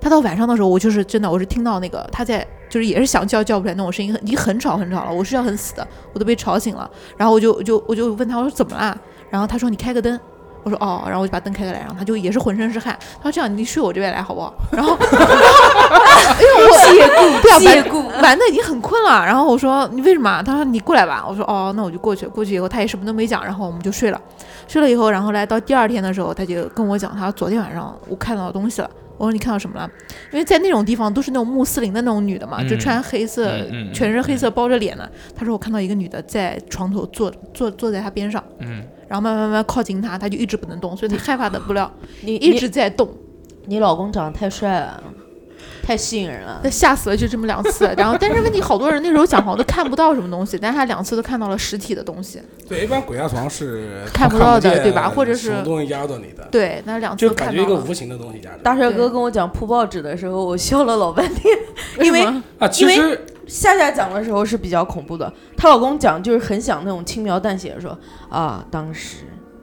他到晚上的时候，我就是真的，我是听到那个他在就是也是想叫叫不出来那种声音，很已经很吵很吵了，我睡觉很死的，我都被吵醒了。然后我就我就我就问他我说怎么啦？然后他说你开个灯。我说哦，然后我就把灯开开来，然后他就也是浑身是汗。他说这样，你睡我这边来好不好？然后， 因为我解雇，对啊，借 玩 玩的已经很困了。嗯然后我说你为什么啊？他说你过来吧。我说哦，那我就过去。过去以后他也什么都没讲，然后我们就睡了。睡了以后，然后来到第二天的时候，他就跟我讲，他说昨天晚上我看到东西了。我说你看到什么了？因为在那种地方都是那种穆斯林的那种女的嘛，就嗯穿黑色，嗯嗯嗯全是黑色包着脸的。他说我看到一个女的在床头坐坐坐在他边上，嗯，然后慢慢慢慢靠近他，他就一直不能动， 所以他害怕的不了，你一直在动，你老公长得太帅了，太吸引人了他。吓死了，就这么两次。然后但是问题，好多人那时候讲好像都看不到什么东西，但是他两次都看到了实体的东西，对，一般鬼压床是看不到的见对吧或者是什么东西压到你的，对，那两次就都感看觉一到个了。无形的东西压着。大帅哥对跟我讲铺报纸的时候，我笑了老半天，因为什么啊，其因实夏夏讲的时候是比较恐怖的，她老公讲就是很想那种轻描淡写的说啊，当时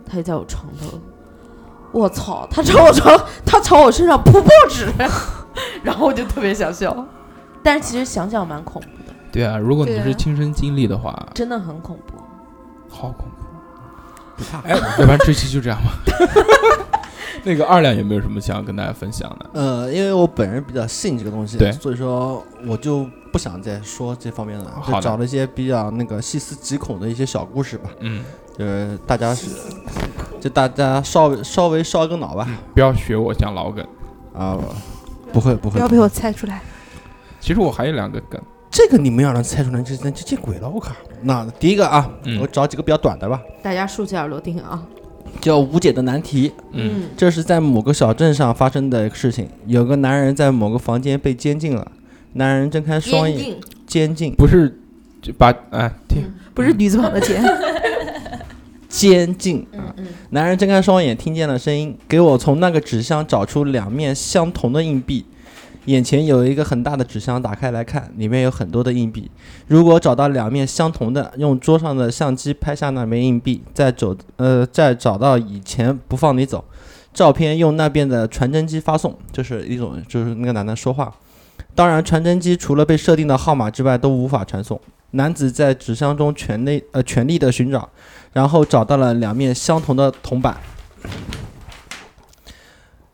他就在我床头， 我操，他朝我床，他朝我身上铺报纸， 然后我就特别想笑，但是其实想想蛮恐怖的，对啊，如果你对啊是亲身经历的话，真的很恐怖。好恐怖，不怕，要不然这期就 这样吧。那个二两有没有什么想要跟大家分享的？呃，因为我本人比较信这个东西，对所以说我就不想再说这方面了，好就的找了一些比较那个细思极恐的一些小故事吧，嗯，就是大家是，就大家稍微稍微烧个脑吧，不要学我讲老梗，啊，不会不不会，要不被会我猜出来，其实我还有两个梗。这个你们要能猜出来，这这这见鬼了！我靠！那第一个啊，嗯我找几个比较短的吧，大家竖起耳朵听啊，叫无解的难题。嗯，这是在某个小镇上发生的事情，有个男人在某个房间被监禁了，男人睁开双烟眼，禁监禁，不是，就把哎听不是女字旁的姐， 监禁。嗯嗯，男人睁开双眼，听见了声音，给我从那个纸箱找出两面相同的硬币。眼前有一个很大的纸箱，打开来看，里面有很多的硬币。如果找到两面相同的，用桌上的相机拍下那枚硬币，再走呃再找到以前不放你走。照片用那边的传真机发送，就是一种就是那个男的说话。当然，传真机除了被设定的号码之外都无法传送。男子在纸箱中全力呃全力的寻找，然后找到了两面相同的铜板，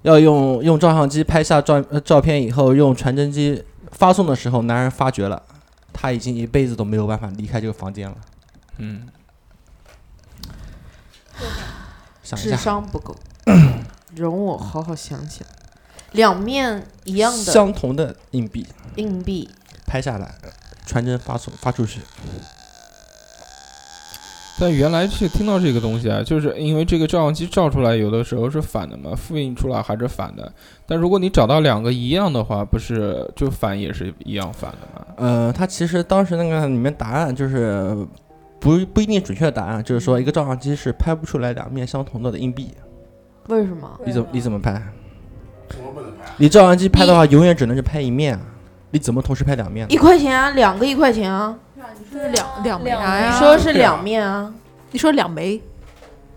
要用用照相机拍下照呃照片以后，用传真机发送的时候，男人发觉了，他已经一辈子都没有办法离开这个房间了。嗯，想一智下，商不够，容我好好想想。两面一样的相同的硬币硬币，拍下来，传真发送发出去。但原来是听到这个东西啊，就是因为这个照相机照出来有的时候是反的嘛，复印出来还是反的。但如果你找到两个一样的话，不是就反也是一样反的嘛？呃，它其实当时那个里面答案就是不不一定准确的答案，就是说一个照相机是拍不出来两面相同的硬币。为什么？你怎么你怎么拍？我不能拍。你照相机拍的话，永远只能是拍一面啊，你怎么同时拍两面呢？一块钱啊，两个一块钱啊，就是两两枚两啥枚呀？你说是两面啊？你说两枚，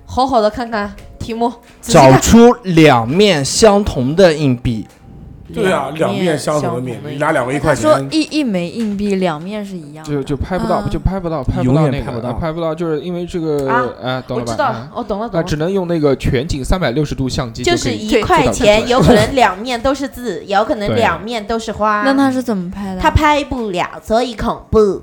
好好的看看题目，仔细找看出两面相同的硬币，对啊，两面相同的面，你拿两个一块说钱，一一枚硬币两面是一样的，就就拍不到，嗯就拍不到，拍永到远那个，啊拍不到拍不到，就是因为这个，啊哎，懂我了吧？知道哎了，我懂了，懂那了只。能用那个全景三百六十度相机可就以是一对块做到这钱，个有可能两面都是 字，有可能对两面都是花。那他是怎么拍的？他拍不了，所以恐怖。嗯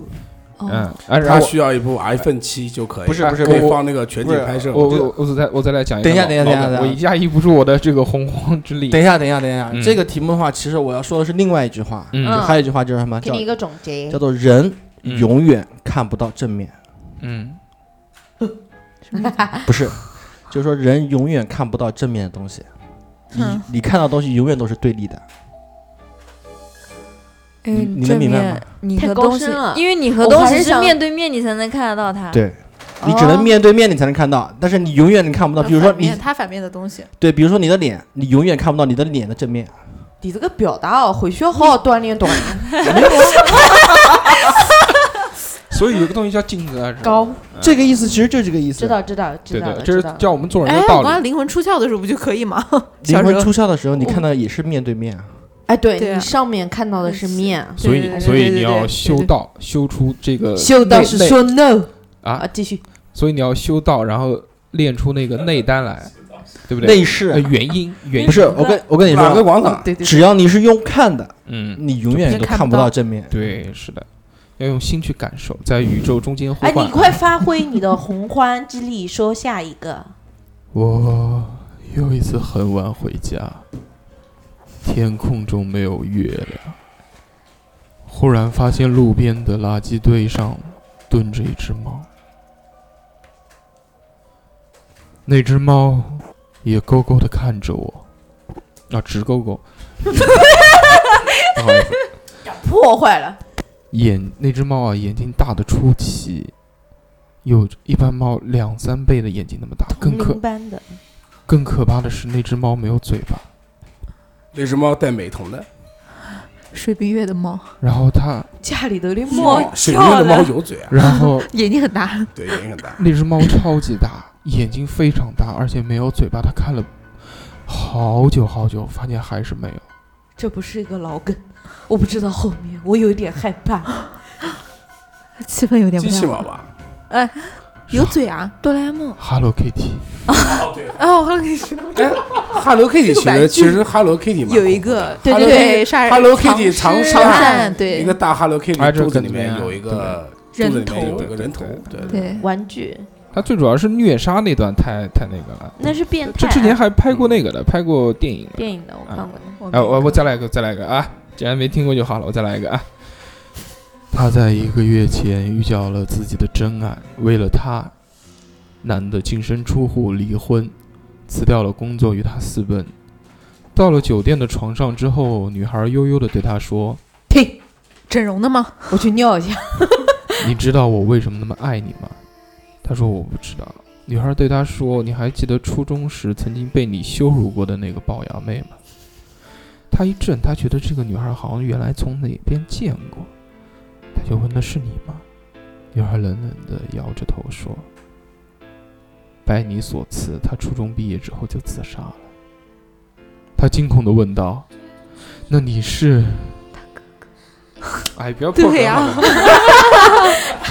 哦，，哎，然它后需要一部 iPhone 七就可以，不是不是可以我放那个全不是景拍摄。我我我再我再来讲一个等一下老等老一下等一梗下等一下我压抑不住我的这个洪荒之力。等一下，等一下，等一下，嗯这个题目的话，其实我要说的是另外一句话，嗯就还有一句话就是什么给叫你一个总结叫，做人嗯永远看不到正面，嗯，不是，就是说人永远看不到正面的东西，你嗯你看到的东西永远都是对立的，因你为你能明嗯正白面吗你太和高东西深了，因为你和我东还西是是想面对面，你才能看得到它。对。你只能面对面，你才能看到，但是你永远你看不到。比如说反你面他反面的东西，对，比如说你的脸，你永远看不到你的脸的正面。你这个表达哦，回去要好好锻炼锻炼。所以有个东西叫镜子啊，是吧高，这个意思其实就是这个意思。知道知道知 对道的，了，这知是道了。叫我们做人哎的，道我刚才理。灵魂出窍的时候不就可以吗？ 灵小时魂候出窍的时候，你看到也是面对面啊。哎，对对啊你上面看到的是面，所对对以对所以你对对要对修道，修出这个修道士内内说 no 啊啊，，继续所以你要修道，然后练出那个内丹来，对不对？内饰哎呃元音元不音，是我跟我跟你哪个说，广场？对对只要你是用看的，嗯，你永远都看不到正面。对，是的，要用心去感受，在宇宙中间呼哎，唤。你快发挥你的洪荒之力，说下一个。我有一次很晚回家，天空中没有月亮，忽然发现路边的垃圾堆上蹲着一只猫，那只猫也勾勾的看着我，啊，直勾勾，不好意思，破坏了，眼那只猫啊，眼睛大的出奇，有一般猫两三倍的眼睛那么大，同更可龄班的，更可怕的是，那只猫没有嘴巴，那只猫戴美瞳的，水冰月的猫，然后它，家里头的猫水晶的猫有嘴啊，然后眼睛很大，对，眼睛很 大。那只猫超级大，眼睛非常大，而且没有嘴巴。它看了好久好久，发现还是没有。这不是一个老梗，我不知道后面，我有点害怕。气氛有点机不器太猫好。吧？有嘴啊！哆啦 A 梦 Hello Kitty，哦，我刚跟你说 Hello Kitty 其实其实 Hello Kitty 嘛，有一个，对对对对对对，杀人 Hello Kitty 长长沙沙一对个大 Hello Kitty 啊哎这肚子梗里怎么面样有一个人肚子里面头有一个人头，对对。对，玩具它最主要是虐杀那段太太那个了。那是变态这啊，之前还拍过那个的，拍过电影的。电影的，我看过的。哎，我我再来一个，再来一个啊！既然没听过就好了，我再来一个啊。他在一个月前遇到了自己的真爱，为了他，男的净身出户离婚，辞掉了工作与他私奔。到了酒店的床上之后，女孩悠悠的对他说停，整容的吗？我去尿一下。：“你知道我为什么那么爱你吗？”他说：“我不知道。”女孩对他说：“你还记得初中时曾经被你羞辱过的那个龅牙妹吗？”他一震，他觉得这个女孩好像原来从哪边见过，他就问：“那是你吗？”女孩冷冷地摇着头说：“拜你所赐，他初中毕业之后就自杀了。”他惊恐地问道：“那你是？”哎，不要破梗对呀好了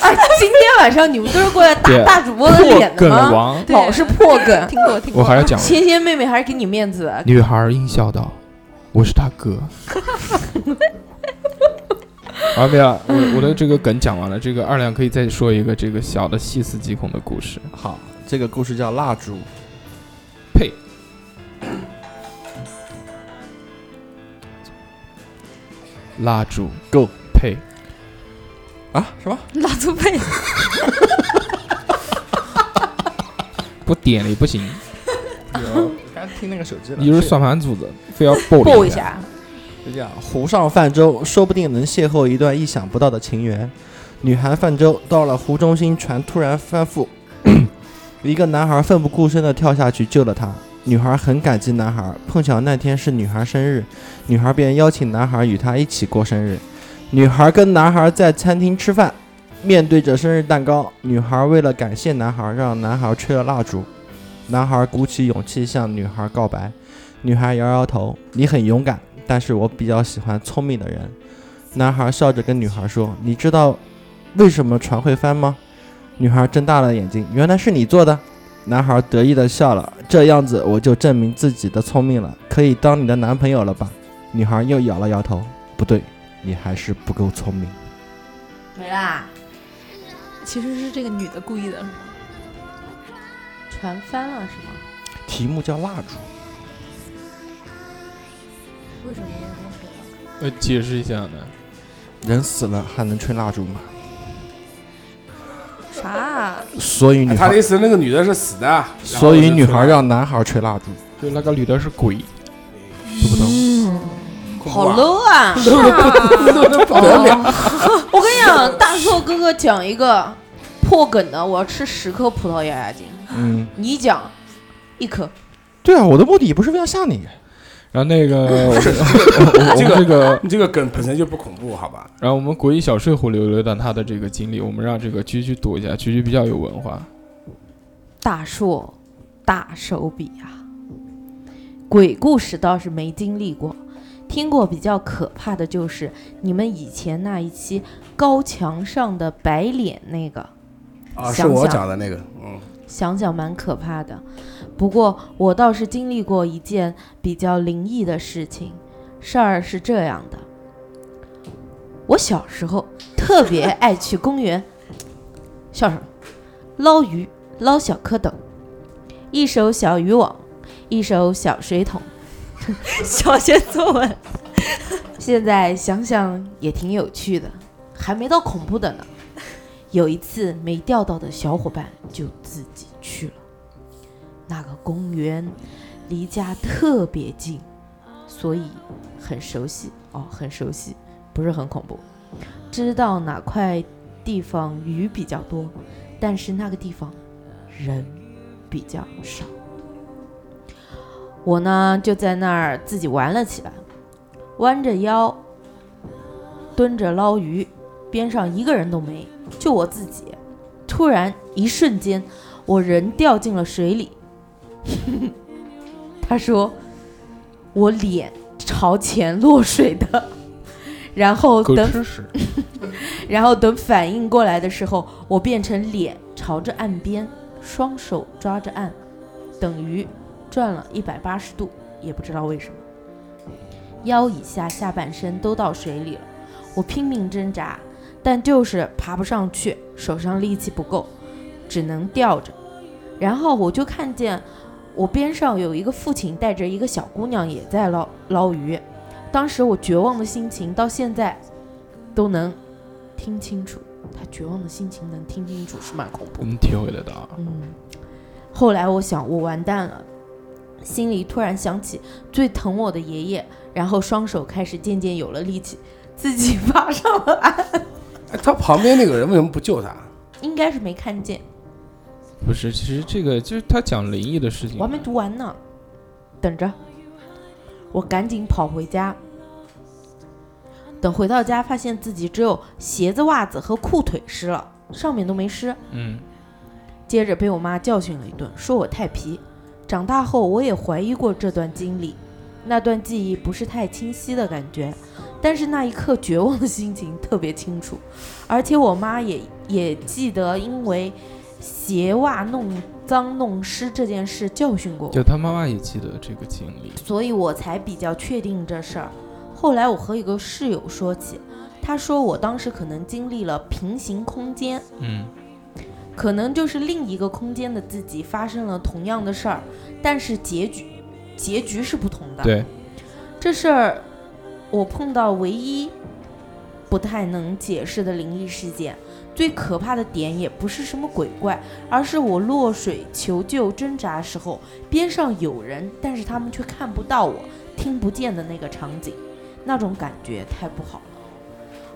哎，今天晚上你们都是过来打对大主播的破脸的梗吗？ 王，对老是破梗，听过听我过。还要讲。仙仙妹妹还是给你面子。啊女孩阴笑道：“我是他哥。” 好，啊没有，我我的这个梗讲完了。这个二两可以再说一个这个小的细思极恐的故事。好，这个故事叫蜡烛。呸！蜡烛 Go 配啊什么？蜡烛配， 不点了也不行，有，刚听那个手机了你就是算盘组的，非要爆爆一下，就这样，湖上泛舟，说不定能邂逅一段意想不到的情缘。女孩泛舟到了湖中心，船突然翻覆， 一个男孩奋不顾身地跳下去救了她。女孩很感激男孩，碰巧那天是女孩生日，女孩便邀请男孩与她一起过生日。女孩跟男孩在餐厅吃饭，面对着生日蛋糕，女孩为了感谢男孩，让男孩吹了蜡烛。男孩鼓起勇气向女孩告白，女孩摇摇头：“你很勇敢，但是我比较喜欢聪明的人。”男孩笑着跟女孩说：“你知道为什么船会翻吗？”女孩睁大了眼睛：“原来是你做的。”男孩得意的笑了：“这样子我就证明自己的聪明了，可以当你的男朋友了吧？”女孩又摇了摇头：“不对，你还是不够聪明。没啦，其实是这个女的故意的，是吗？船翻了是吗？”题目叫蜡烛，为什么要用水了？呃，解释一下呢？人死了还能吹蜡烛吗？啥啊？所以女哎他的孩，意思，那个女的是死的，然后所以女孩 就让男孩吹蜡烛。就那个女的是鬼，懂不懂？出来好 low 啊！不得了，我跟你讲，大硕哥哥讲一个破梗的，我要吃十颗葡萄压压惊。嗯，你讲一颗，对啊，我的目的不是为了吓你，然后那 个我们这个我这们个这个，这个梗本身就不恐怖，好吧？然后我们国一小睡虎留了一段他的这个经历，我们让这个居居读一下，居居比较有文化。大硕大手笔啊！鬼故事倒是没经历过，听过比较可怕的就是你们以前那一期高墙上的白脸那个。啊，是想我想讲的那个，嗯，想想蛮可怕的。不过我倒是经历过一件比较灵异的事情，事儿是这样的：我小时候特别爱去公园，笑什么？捞鱼，捞小蝌蚪，一手小渔网，一手小水桶， 小学作文。现在想想也挺有趣的，还没到恐怖的呢。有一次没钓到的小伙伴就自己去了。那个公园离家特别近，所以很熟悉哦，很熟悉，不是很恐怖。知道哪块地方鱼比较多，但是那个地方人比较少。我呢就在那儿自己玩了起来，弯着腰，蹲着捞鱼，边上一个人都没。就我自己。突然一瞬间，我人掉进了水里。 他说我脸朝前落水的，然后狗等吃屎，然后等反应过来的时候，我变成脸朝着岸边，双手抓着岸，等于转了一百八十度，也不知道为什么。腰以下下半身都到水里了，我拼命挣扎，但就是爬不上去，手上力气不够，只能吊着。然后我就看见我边上有一个父亲带着一个小姑娘也在捞捞鱼，当时我绝望的心情到现在都能听清楚，他绝望的心情能听清楚，是蛮恐怖的。我们体会得到啊。嗯，后来我想，我完蛋了，心里突然想起最疼我的爷爷，然后双手开始渐渐有了力气，自己爬上了 岸。哎他旁边那个人为什么不救他？应该是没看见，不是，其实这个就是他讲灵异的事情我还，没读完呢，等着。我赶紧跑回家，等回到家，发现自己只有鞋子、袜子和裤腿湿了，上面都没湿。嗯，接着被我妈教训了一顿，说我太皮。长大后我也怀疑过这段经历，那段记忆不是太清晰的感觉，但是那一刻绝望的心情特别清楚，而且我妈也也记得，因为鞋袜弄脏弄湿这件事教训过我。就他妈妈也记得这个经历，所以我才比较确定这事儿。后来我和一个室友说起，他说我当时可能经历了平行空间，嗯，可能就是另一个空间的自己发生了同样的事儿，但是结局结局是不同的。对，这事儿我碰到唯一不太能解释的灵异事件。最可怕的点也不是什么鬼怪，而是我落水求救挣扎时候，边上有人，但是他们却看不到我，听不见的那个场景，那种感觉太不好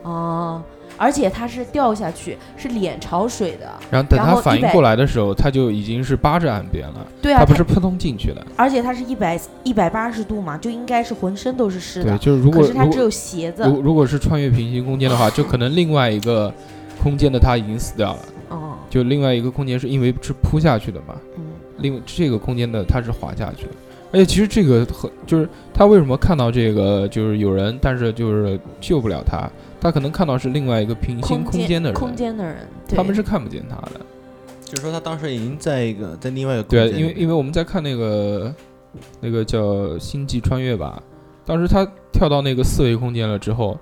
了。啊、而且他是掉下去，是脸朝水的，然后等他反应过来，来的时候，他就已经是扒着岸边了，对啊，他不它是扑通进去了。而且他是一百一百八十度嘛，就应该是浑身都是湿对，的，就是如可果是他如只果有鞋子，如如果是穿越平行空间的话，就可能另外一个空间的他已经死掉了，嗯就另外一个空间是因为是扑下去的嘛，嗯，另这个空间的它是滑下去的。而且其实这个很就是他为什么看到这个就是有人，但是就是救不了他，他可能看到是另外一个平行空间的人，空间的人，对他们是看不见他的。就是说他当时已经在一个在另外一个空对，间因为因为为我们在看那个那个叫《星际穿越》吧，当时他跳到那个四维空间了之后，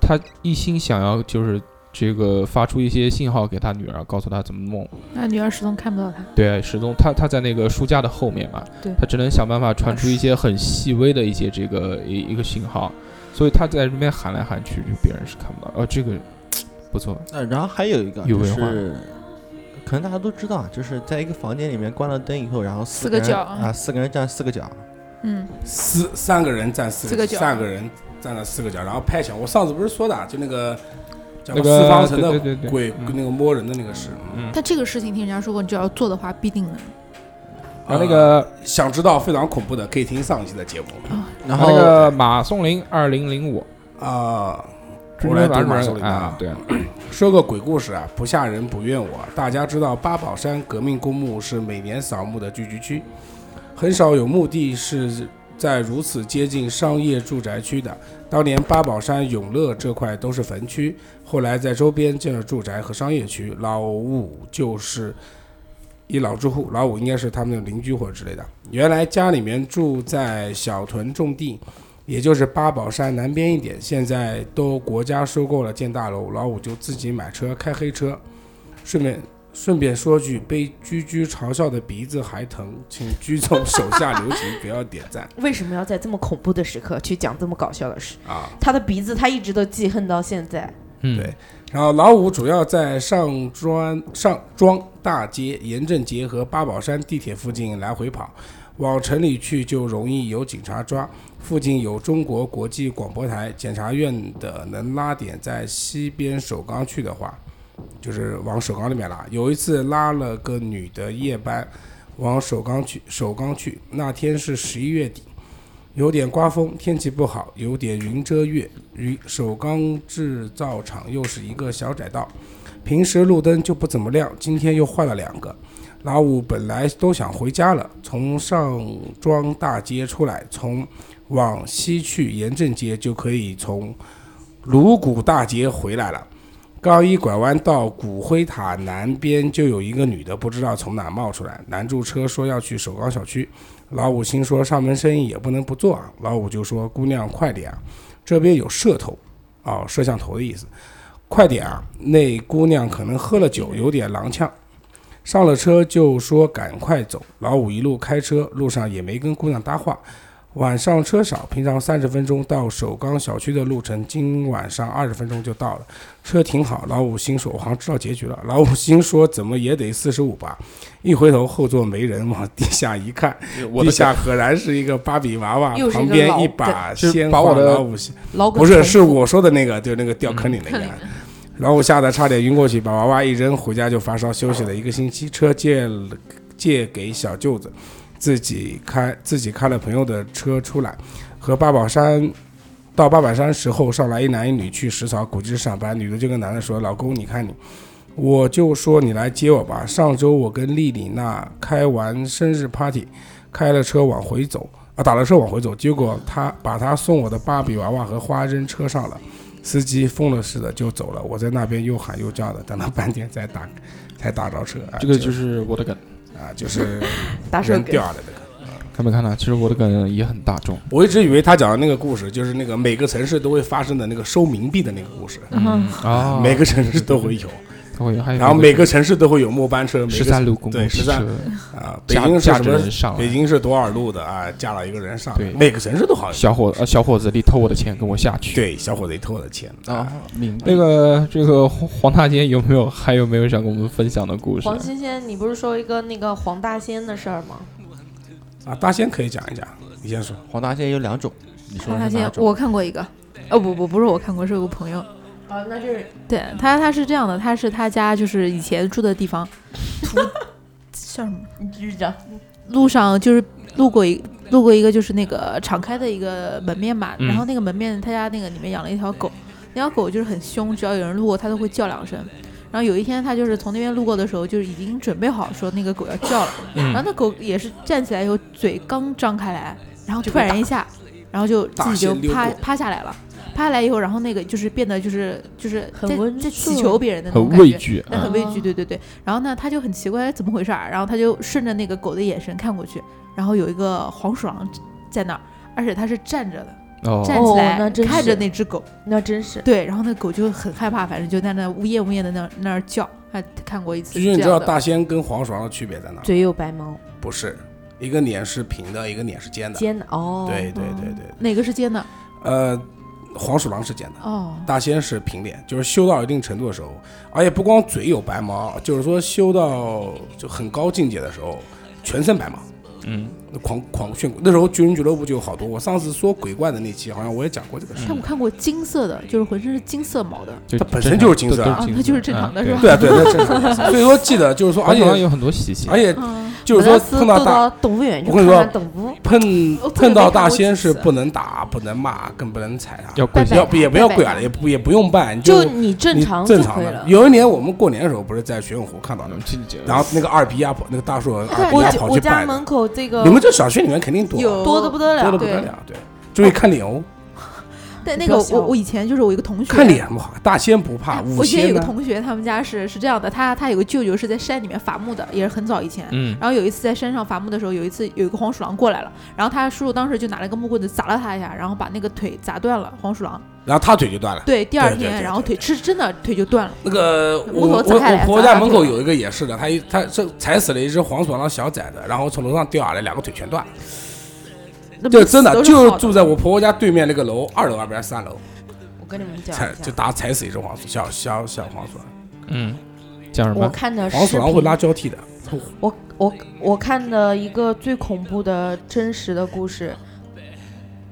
他一心想要就是这个发出一些信号给他女儿，告诉她怎么弄。那女儿始终看不到他。对，始终他他在那个书架的后面嘛，对他只能想办法传出一些很细微的一些这个一一个信号，所以他在那边喊来喊去，就别人是看不到。哦，这个不错，呃，然后还有一个有就文化是。可能大家都知道，就是在一个房间里面关了灯以后，然后四四个人角啊，四个人站四个角，嗯，四三个人站四四个角三个人站了四个角，然后拍墙。我上次不是说的啊，就那个叫那四个方城的对对对对，鬼嗯那个摸人的那个事。嗯但这个事情听人家说过，你只要做的话，必定能。然后那个啊想知道非常恐怖的，可以听上一期的节目然啊那后个马松林二零零五，啊。我我来读读马马松松林林的啊，对，说个鬼故事啊，不吓人不怨我。大家知道八宝山革命公墓是每年扫墓的聚居区，很少有墓地是在如此接近商业住宅区的。当年八宝山永乐这块都是坟区，后来在周边建了住宅和商业区。老五就是一老住户，老五应该是他们的邻居或者之类的。原来家里面住在小屯种地，也就是八宝山南边一点，现在都国家收购了建大楼，老五就自己买车开黑车，顺便顺便说句，被居居嘲笑的鼻子还疼，请居总手下留情，不要点赞为什么要在这么恐怖的时刻去讲这么搞笑的事？啊。他的鼻子他一直都记恨到现在。嗯，对然后老五主要在上庄上庄大街、盐镇街和八宝山地铁附近来回跑，往城里去就容易有警察抓。附近有中国国际广播台，检察院的能拉点在西边首钢去的话，就是往首钢那边拉。有一次拉了个女的夜班，往首钢去，首钢去。那天是十一月底，有点刮风，天气不好，有点云遮月。与首钢制造厂又是一个小窄道，平时路灯就不怎么亮，今天又换了两个。老五本来都想回家了，从上庄大街出来，从往西去盐镇街就可以从卢谷大街回来了。高一拐弯到骨灰塔南边，就有一个女的，不知道从哪冒出来，拦住车说要去首钢小区。老五心说上门生意也不能不做啊，老五就说姑娘快点啊，这边有摄头，哦，摄像头的意思。快点啊！那姑娘可能喝了酒，有点踉跄，上了车就说赶快走。老五一路开车，路上也没跟姑娘搭话。晚上车少，平常三十分钟到首钢小区的路程，今晚上二十分钟就到了。车停好，老五心说：“我好像知道结局了。”老五心说：“怎么也得四十五吧？”一回头，后座没人，往地下一 看，我地下赫然是一个芭比娃娃又，是一旁个边老一梗把就是鲜把花。我的老五心老不是，是我说的那个，就是那个掉坑里那个。嗯 然后我吓得差点晕过去，把娃娃一扔，回家就发烧休息了一个星期。车借了借给小舅子，自己开自己开了朋友的车出来，和八宝山到八宝山时候上来一男一女去石槽古迹上班，女的就跟男的说：“老公，你看你。”我就说你来接我吧。上周我跟丽丽娜开完生日 party，开了车往回走啊，打了车往回走，结果她把她送我的芭比娃娃和花扔车上了，司机疯了似的就走了。我在那边又喊又叫的，等了半天才打才打着车。啊、这个就是我的梗，啊，就是打手人梗掉，下来那个。看没看到？其实我的梗也很大众。我一直以为他讲的那个故事就是那个嗯每个城市都会发生的那个收冥币的那个故事，啊， 每个城市都会有。哦，还有然后每个城市都会有末班车，十三路公共对汽十车三啊，北驾京是驾什着人么？上北来，京是多少路的啊？架了一个人上来对，每个城市都好像小伙呃小伙子，你偷我的钱，跟我下去。对，小伙子也偷我的钱啊，，明白那个这个黄黄大仙有没有还有没有想跟我们分享的故事？黄新仙，你不是说一个那个黄大仙的事儿吗？啊，大仙可以讲一讲，你先说。黄大仙有两种，你说我的发是哪现种？我看过一个，哦不不不是我看过，是有个朋友。啊，那是对他他是这样的，他是他家就是以前住的地 方，土叫什么？你继续讲。路上就是路过一路过一个就是那个敞开的一个门面吧，嗯然后那个门面他家那个里面养了一条狗，那条狗就是很凶，只要有人路过它都会叫两声。然后有一天他就是从那边路过的时候，就是已经准备好说那个狗要叫了，嗯然嗯后那狗也是站起来以后嘴刚张开来，然后突然一下，然后就自己就大仙溜趴过趴下来了。趴下来以后，然后那个就是变得就是就是很在温在祈顺求别人的那种很感畏觉，惧，那嗯很畏惧，哦对对对。然后呢，他就很奇怪怎么回事儿，然后他就顺着那个狗的眼神看过去，然后有一个黄鼠狼在那儿，而且它是站着的，站哦，起哦来、那真看着是那只狗，那真是对，然后那狗就很害怕，反正就在那呜咽呜咽的那那儿叫，还看过一次其这实样你的。知道大仙跟黄鼠狼的区别在哪？嘴有白毛，不是，一个脸是平的，一个脸是尖的。尖的哦。对对对对，哪个是尖的？哦呃，黄鼠狼是尖的，哦，大仙是平脸，就是修到一定程度的时候，而且不光嘴有白毛，就是说修到就很高境界的时候，全身白毛。嗯，那狂狂炫，那时候军人俱乐部就有好多。我上次说鬼怪的那期，好像我也讲过这个事。但我嗯看过金色的，就是浑身是金色毛的，就它本身就是金色啊啊，它就是正常的是吧？对啊，对，那正常。所以说记得就是说，而黄鼠狼且有很多习性，而且嗯，就是说我当时碰到坐大到动物园去我跟看你看说动物，碰我碰到大我记得仙是没看过几次不能打、不能骂、更不能踩他，要跪拜下啊拜要不也不要跪下来，拜拜也不也不用拜，你就就你正你常就正常可以的了。。有一年我们过年的时候，不是在玄武湖看到的嗯吗，这这然后那个二逼呀跑，那个大树二逼我呀家跑我去家拜的门口这个你们这小区里面肯定多，啊有多的不得多了的，不得了，对，就会看脸哦，但那不要个笑我我以前就是我一个同学看脸不好，大仙不怕，哎五啊我以前仙有个呢？同学，他们家是是这样的，他他有个舅舅是在山里面伐木的，也是很早以前。嗯，然后有一次在山上伐木的时候，有一次有一个黄鼠狼过来了，然后他叔叔当时就拿了个木棍子砸了他一下，然后把那个腿砸断了。黄鼠狼然后他腿就断了。对，第二对对对天对然后腿是真的腿就断了。那个我木我头砸我开来婆婆砸家到门口地有一个也是的，她一她这踩死了一只黄鼠狼小崽子，然后从楼上掉下来，两个腿全断了。那这每次真的都是就好的住在我婆婆家对面那个楼，二楼还不是三楼，我跟你们讲踩一就下，打踩死一只黄鼠小小小黄鼠狼，嗯，讲什我么？看的黄哎视鼠狼会频拉交替的。我我我看的一个最恐怖的真实的故事，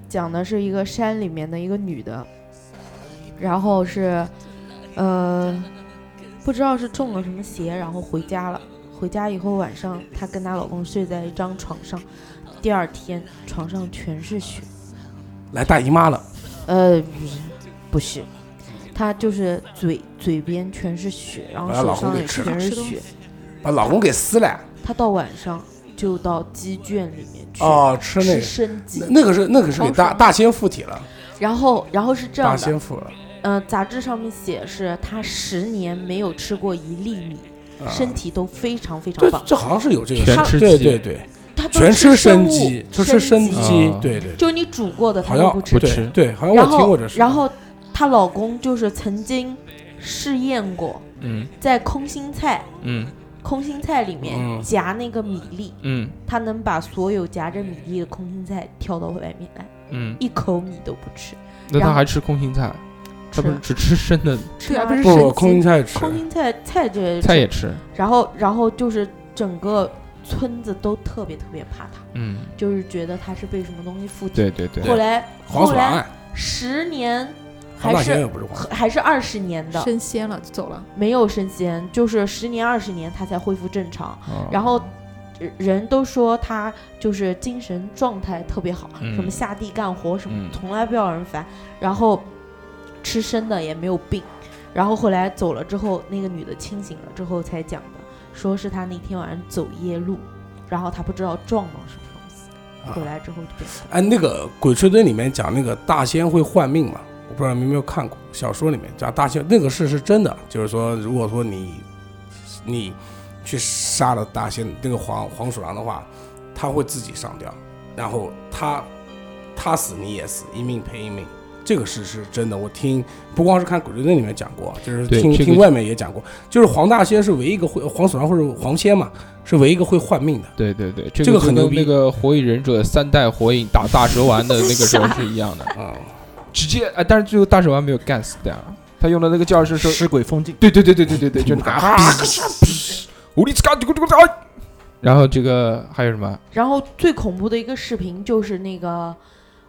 讲的是一个山里面的一个女的，然后是，呃，不知道是中了什么邪，然后回家了。回家以后晚上，她跟她老公睡在一张床上，第二天床上全是血。来大姨妈了，呃，不是，她就是嘴嘴边全是血，然后把她老公手上给也吃全了是吃东血。把老公给撕了。她到晚上就到鸡圈里面去哦，吃那吃个，生鸡那，那个是那个是给黄鼠大狼大仙附体了，然后然后是这大样的，仙附了，呃，杂志上面写是她十年没有吃过一粒米，啊身体都非常非常这棒，这好像是有这个全事儿，吃对鸡对对，她都全吃生物鸡，就生吃生鸡鸡啊，对对，就是你煮过的她好都像不吃，不吃对对，好像我然听过后这事。然后她老公就是曾经试验过嗯在空心菜。嗯空心菜里面嗯夹那个米粒，嗯她能把所有夹着米粒的空心菜挑到外面来，嗯，一口米都不吃。那然他后还吃空心菜？吃他不是只吃生的对啊，吃不是不神不，空心经菜吃，空心菜菜这菜也吃？然后然后就是整个村子都特别特别怕他，嗯，就是觉得他是被什么东西附体。对对对，后来黄后鼠狼来啊，十年黄还大仙是又不是黄鼠狼，还是二十年的升仙了就走了，没有升仙，就是十年二十年他才恢复正常。哦然后呃人都说他就是精神状态特别好，嗯什么下地干活什么嗯，从来不要人烦。然后吃生的也没有病。然后后来走了之后，那个女的清醒了之后才讲的，说是她那天晚上走夜路，然后她不知道撞到什么东西，啊回来之后就变成哎，那个《鬼吹灯》里面讲那个大仙会换命嘛，我不知道你有没有看过小说里面讲大仙那个事是真的，就是说如果说你你去杀了大仙那个黄黄鼠狼的话，它会自己上吊，然后它它死你也死，一命赔一命，这个是是真的，我听不光是看《鬼吹灯》里面讲过，就是对听这个听外面也讲过，就是黄大仙是唯一一个会黄鼠狼或者黄仙嘛，是唯一一个会换命的。对对对，这这个个就很跟牛逼那个《火影忍者》三代火影打大蛇丸的那个时候是一样的，啊，直接啊，但是最后大蛇丸没有干死掉，他用的那个叫是说，尸鬼封禁，对对对对对 对对，就那个啊，无力之干，这个这个这个哎然后这个还有什么？然后最恐怖的一个视频就是那个，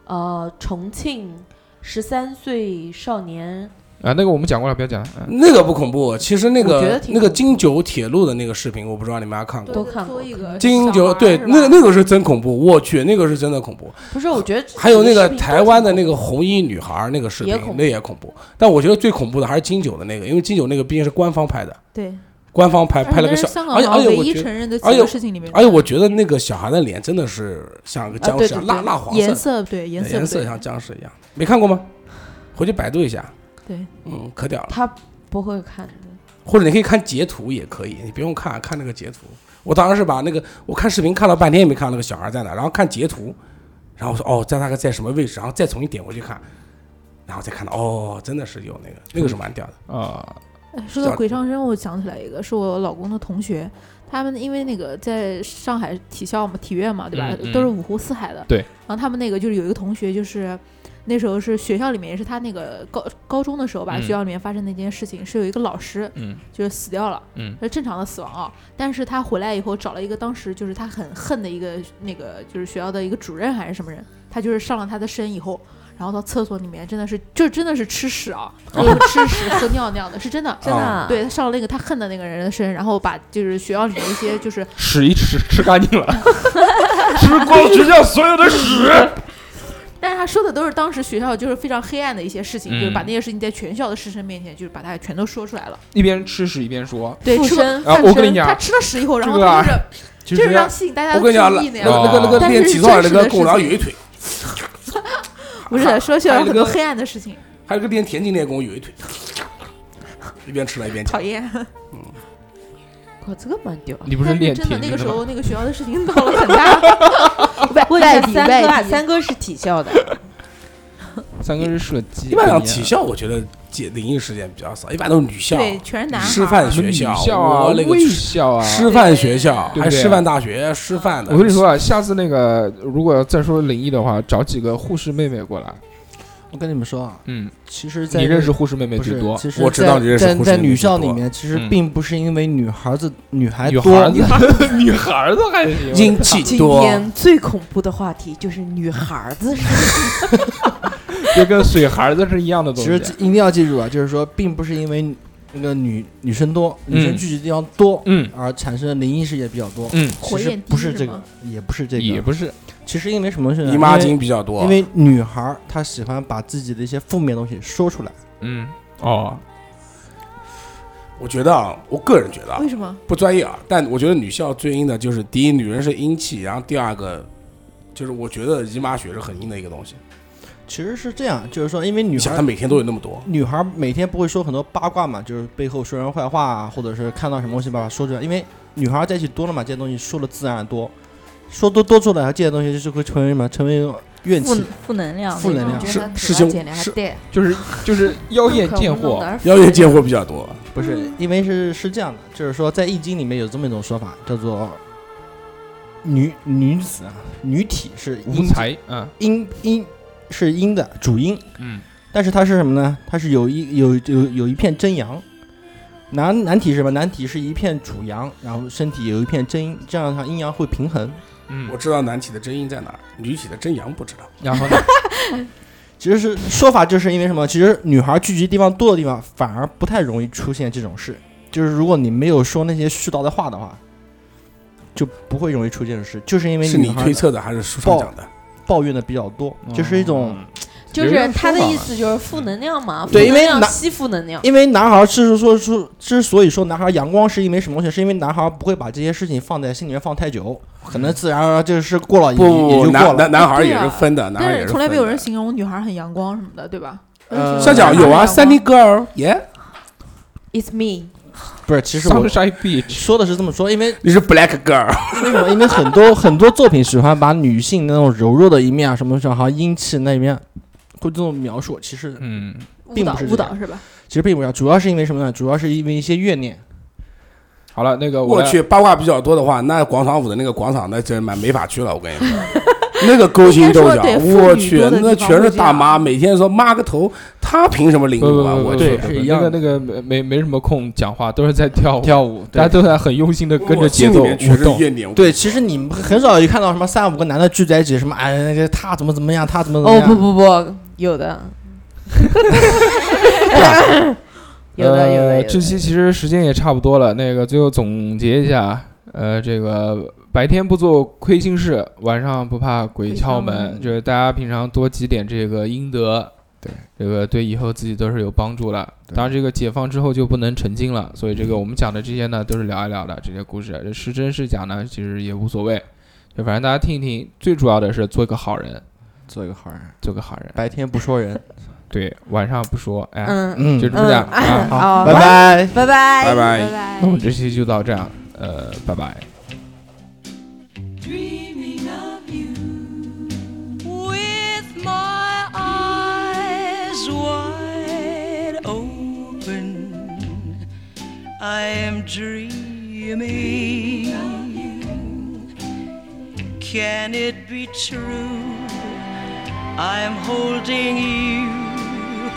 呃，重庆十三岁少年，啊，那个我们讲过了，不要讲了。嗯那个不恐怖，其实那我觉个得挺那个恐怖京九铁路的那个视频，我不知道你们还看过。都看过做一个京小九孩儿对是，那吧那个是真恐怖，我去，那个是真的恐怖。不是，我觉得还有那个这视频都台湾的那个红衣女孩儿那个视也频恐，怖那也恐怖。但我觉得最恐怖的还是金九的那个，因为金九那个毕竟是官方拍的，对，官方哎拍拍了个嗯那是小，香港而且好而且像唯我一觉得，承认的几而且个事情里面，啊而且我觉得那个小孩的脸真的是像个僵对尸一样，对蜡对蜡黄色颜的，色对颜色颜不色对像僵尸一样。没看过吗？回去百度一下。对，嗯，可屌了。他不会看的。或者你可以看截图也可以，你不用看看那个截图。我当时是把那个我看视频看了半天也没看到那个小孩在哪，然后看截图，然后我说哦，在大概在什么位置，然后再重新点回去看，然后再看到哦，真的是有那个，那个是蛮屌的。啊，哎说到叫鬼上身，我想起来一个，是我老公的同学，他们因为那个在上海体校嘛，体院嘛，对吧？嗯嗯都是五湖四海的。对。然后他们那个就是有一个同学，就是那时候是学校里面，也是他那个高高中的时候吧，嗯学校里面发生的一件事情，是有一个老师嗯就是死掉了，嗯，是正常的死亡啊。但是他回来以后找了一个当时就是他很恨的一个那个就是学校的一个主任还是什么人，他就是上了他的身以后。然后到厕所里面，真的是就真的是吃 屎啊，就是吃屎喝尿那样的，是真的。真的啊、对他上了那个他恨的那个人的身，然后把就是学校里面一些就是屎一吃吃干 净了，吃光学校所有的屎。但是他说的都是当时学校就是非常黑暗的一些事情，嗯就是把那些事情在全校的师生面前，就是把它全都说出来了。一边吃屎一边说，对，附吃过身啊饭我跟你吃讲他吃了屎以后，然后这个啊他就就是就是是让吸引大家我的跟你讲，注那意那那样个那的。个那个嗯但是练是起草的那真实个的共狼事有情一腿，不是说学还有校很一个多黑暗的事情，还有一个练田径练功有一腿，一边吃了一边讨讲。厌。靠，这个蛮屌的。你不但练真的田那径个时的吗？候那个学校的事情闹了很大， 问一外下地三外哥啊，地三哥是体校的，三个是射击，啊一般讲不体样校，我觉得解灵异事件比较少，一般都是女校、对，全是男孩儿。师范学什么女校，校啊我勒，个卫去校啊。师范学校，对不还对师范大学师范的。我跟你说啊，下次那个如果再说灵异的话，找几个护士妹妹过来。我跟你们说啊，嗯，其实在你认这识护士妹妹不最是多，其实我知道在你认识在护士在妹妹女最校多里面，其实嗯并不是因为女孩子女孩女多，孩子，女孩子还行。阴气今多，天最恐怖的话题就是女孩儿子是 就跟水孩子是一样的东其西实。一定要记住啊，就是说，并不是因为那个女女生多，女生嗯聚集地方多，嗯而产生的灵异事件比较多。嗯，其火实焰不是低这是个吗，也不是这也个，不是，其实因为什么事呢？姨妈巾比较多，因为因为女孩儿她喜欢把自己的一些负面东西说出来，嗯，哦，我觉得啊，我个人觉得啊为，什么？不专业啊，但我觉得女校最阴的就是第一，女人是阴气，然后第二个就是我觉得姨妈血是很阴的一个东西。其实是这样，就是说，因为你女想，孩她儿每天都有那么多，女孩儿每天不会说很多八卦嘛，就是背后说人坏话啊，或者是看到什么东西把它说出来，因为女孩儿在一起多了嘛，这些东西说的自然多，说多多出来，这些东西就是会成为什么？成为怨负气。负能量，负能量是师兄是对，就是就是妖艳贱弄货得，妖艳贱货比较多。不是，因为是是这样的，就是说在《易经》里面有这么一种说法，叫做女女子啊，女体是无阴才，嗯阴阴是阴的主阴，嗯，但是它是什么呢？它是有一有有有一片真阳。男男体是什么？男体是一片主阳，然后身体有一片真阴，这样的话阴阳会平衡。我嗯，知道男体的真阴在哪儿，女体的真阳不知道。然后呢，其实是说法，就是因为什么？其实女孩聚集地方多的地方，反而不太容易出现这种事。就是如果你没有说那些絮叨的话的话，就不会容易出现这种事。就是因为是女你孩推测的还是书上讲的？抱怨的比较多，就是一种嗯，就是他的意思就是负能量嘛，对负能因为量男吸负能量，因为男孩是说出之所以说男孩阳光是因为什么东西，是因为男孩不会把这些事情放在心里面放太久，可能自然而然就是过了也也不，就过男了。男男孩儿对也啊是分的，男孩但儿也是是从来没有分人的形容女孩很阳光什么的，对吧？呃像讲有啊，三 D girl 耶， It's me，不是，其实我 sunshine beach，说的是这么说，因为你是 black girl，为什么？因为 很多很多作品喜欢把女性那种柔弱的一面啊，什么什么好像阴气那一面对这种描述，其实嗯，误并导不是误这样导是吧？其实并不是，主要是因为什么呢？主要是因为一些怨念。好了，那个我来，去八卦比较多的话，那广场舞的那个广场，那真蛮没法去了。我跟你说， 那个勾心斗角，应该说对我妇女去多的，地那方全是会这大样妈，每天说妈个头，她凭什么领不不舞啊？不我去不，对不，不是一那样个的那个没没没什么空讲话，都是在跳舞，跳舞，大家都在很用心的跟着我节心奏里面全舞是动。怨念。我对，其实你们很少有看到什么三五个男的聚在一起，什么哎，那个他怎么怎么样，他怎么怎么哦样。不不不，有 的， 有的有的呃有的。这期其实时间也差不多了，那个最后总结一下，呃，这个白天不做亏心事，晚上不怕鬼鬼敲敲门，门就是大家平常多积点这个阴德。对，这个对以后自己都是有帮助了。当然，这个解放之后就不能成精了，所以这个我们讲的这些呢，都是聊一聊的这些故事，这是真是假呢，其实也无所谓，就反正大家听一听。最主要的是做一个好人，做一个好人，做个好人。白天不说人。对，晚上不说，哎，嗯，嗯就这么嗯讲、啊。好，拜拜。拜拜，拜拜拜那我们这期就到这样，呃，拜拜。 dreaming of you with my eyes wide open. I am dreaming. Can it be true? I'm holding you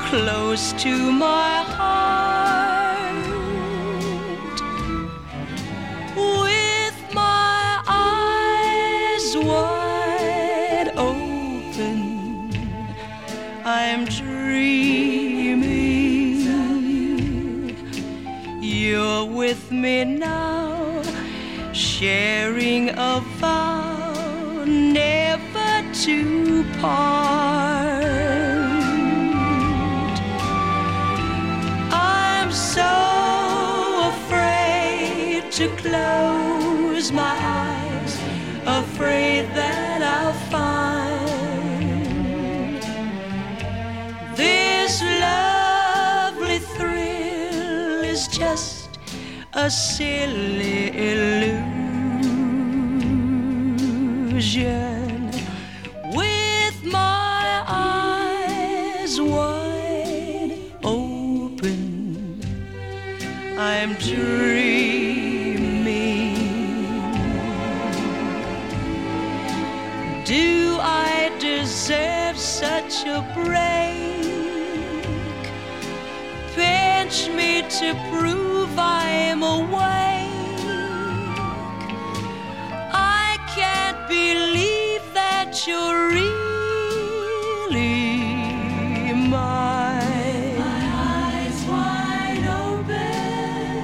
close to my heart with my eyes wide open. I'm dreaming. You're with me now, sharing a vow never to part. I'm so afraid to close my eyes, afraid that I'll find this lovely thrill is just a silly illusion. With my eyes wide open, I'm dreaming. Do I deserve such a break? Pinch me to prove I'm awake. I can't believe that you're really mine. My eyes wide open,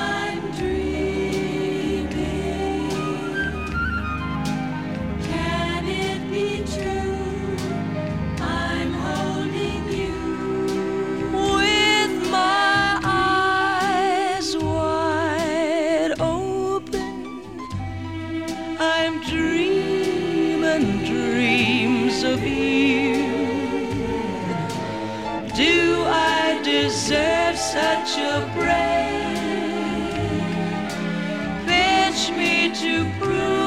I'm dreaming. Can it be true? I'm holding you with my eyes wide open. I'm dreaming dreams of you. Do I deserve such a break? Pinch me to prove.